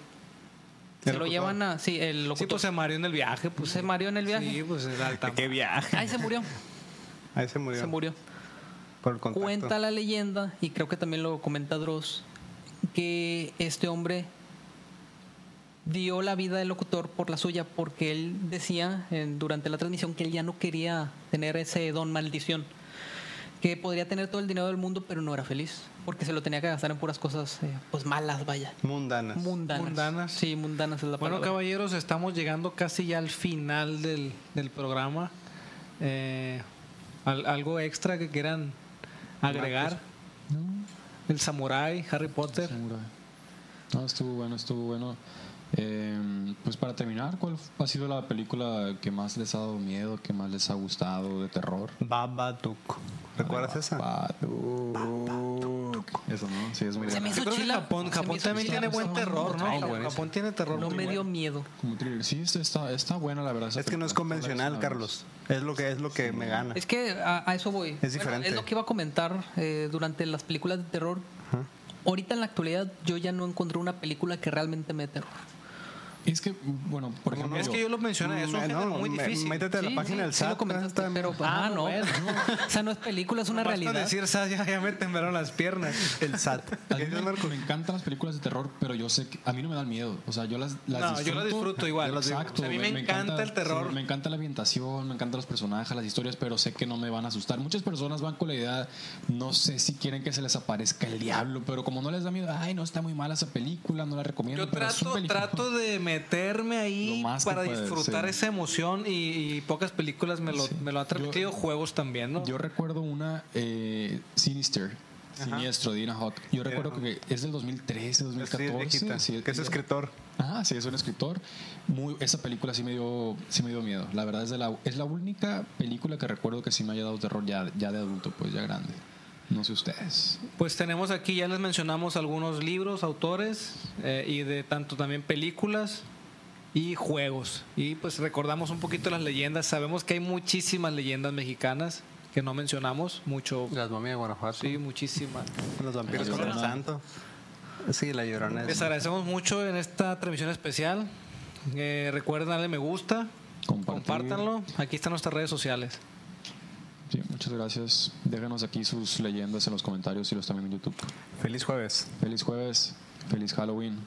Se ¿El lo locutor? llevan a. Sí, el Sí, locutor. pues se mareó en el viaje, pues. se mareó en el viaje. Sí, pues era alta. ¡Qué viaje! Ahí se murió. Ahí se murió. se murió. Por el contacto. Cuenta la leyenda, y creo que también lo comenta Dross, que este hombre dio la vida del locutor por la suya, porque él decía en- durante la transmisión que él ya no quería tener ese don maldición. que podría tener todo el dinero del mundo, pero no era feliz, porque se lo tenía que gastar en puras cosas eh, pues malas, vaya. Mundanas. Mundanas. Mundanas. Sí, mundanas es la Bueno, palabra. caballeros, estamos llegando casi ya al final del, del programa. Eh, al- algo extra que quieran agregar. El samurái, Harry Potter. Seguro. No, estuvo bueno, estuvo bueno. Eh, pues para terminar, ¿cuál ha sido la película que más les ha dado miedo, que más les ha gustado de terror? Babadook. ¿Recuerdas esa? Babadook. Eso, ¿no? Sí, es muy Se me buena. Yo creo que Chila- Japón, se me Japón hizo también chila, tiene pues, buen estamos terror, hablando ¿no? de trailer. Japón tiene terror. no muy me dio bueno. miedo. Como thriller. Sí, está- está, está buena, la verdad. esa Es que no es película. convencional, Carlos. Es lo que es lo que me gana. Es que a, a eso voy. Es diferente. es lo que iba a comentar eh, durante las películas de terror. Ahorita en la actualidad yo ya no encontré una película que realmente me dé terror. Es que, bueno, por ejemplo... Es que yo lo mencioné, es un Me- género no, muy me- difícil. Métete a la Sí, página sí, del sí lo SAT. comentaste, está- pero Ah, ah, no. bueno. O sea, no es película, es una Basta realidad. decir "Sas", ya, ya me temblaron las piernas. El SAT. A mí ¿Qué dices, me, Marco? me encantan las películas de terror, pero yo sé que a mí no me dan miedo. O sea, yo las, las No, disfruto. yo las disfruto igual. Yo las Exacto. disfruto, A mí me güey. encanta el terror. sí, me encanta la ambientación, me encantan los personajes, las historias, pero sé que no me van a asustar. Muchas personas van con la idea, no sé si quieren que se les aparezca el diablo, pero como no les da miedo, ay, no, está muy mala esa película, no la recomiendo. Yo pero es un trato, película". trato de meterme ahí Lo más que para puedes, disfrutar sí. esa emoción y, y pocas películas me lo, Sí. me lo han transmitido, juegos también, ¿no? Yo recuerdo una eh, Sinister. Siniestro, Dina Hot. Yo recuerdo que es del 2013, Sí, es 2014. viejita, sí, que es ella- escritor. Ajá, sí, es un escritor. Muy, esa película sí me, dio, sí me dio miedo. La verdad es, de la, es la única película que recuerdo que sí me haya dado terror ya, ya de adulto, pues ya grande. No sé ustedes. Pues tenemos aquí, ya les mencionamos algunos libros, autores eh, y de tanto también películas y juegos. Y pues recordamos un poquito las leyendas. Sabemos que hay muchísimas leyendas mexicanas que no mencionamos mucho. Las mamias de Guanajuato. Sí, muchísimas. Los vampiros La contra el Llorona. santo. Sí, la llorona. es- Les agradecemos mucho en esta transmisión especial. Eh, recuerden darle me gusta, Compartir. compártanlo. Aquí están nuestras redes sociales. Sí, muchas gracias. Déjanos aquí sus leyendas en los comentarios y los también en YouTube. Feliz jueves. Feliz jueves, feliz Halloween.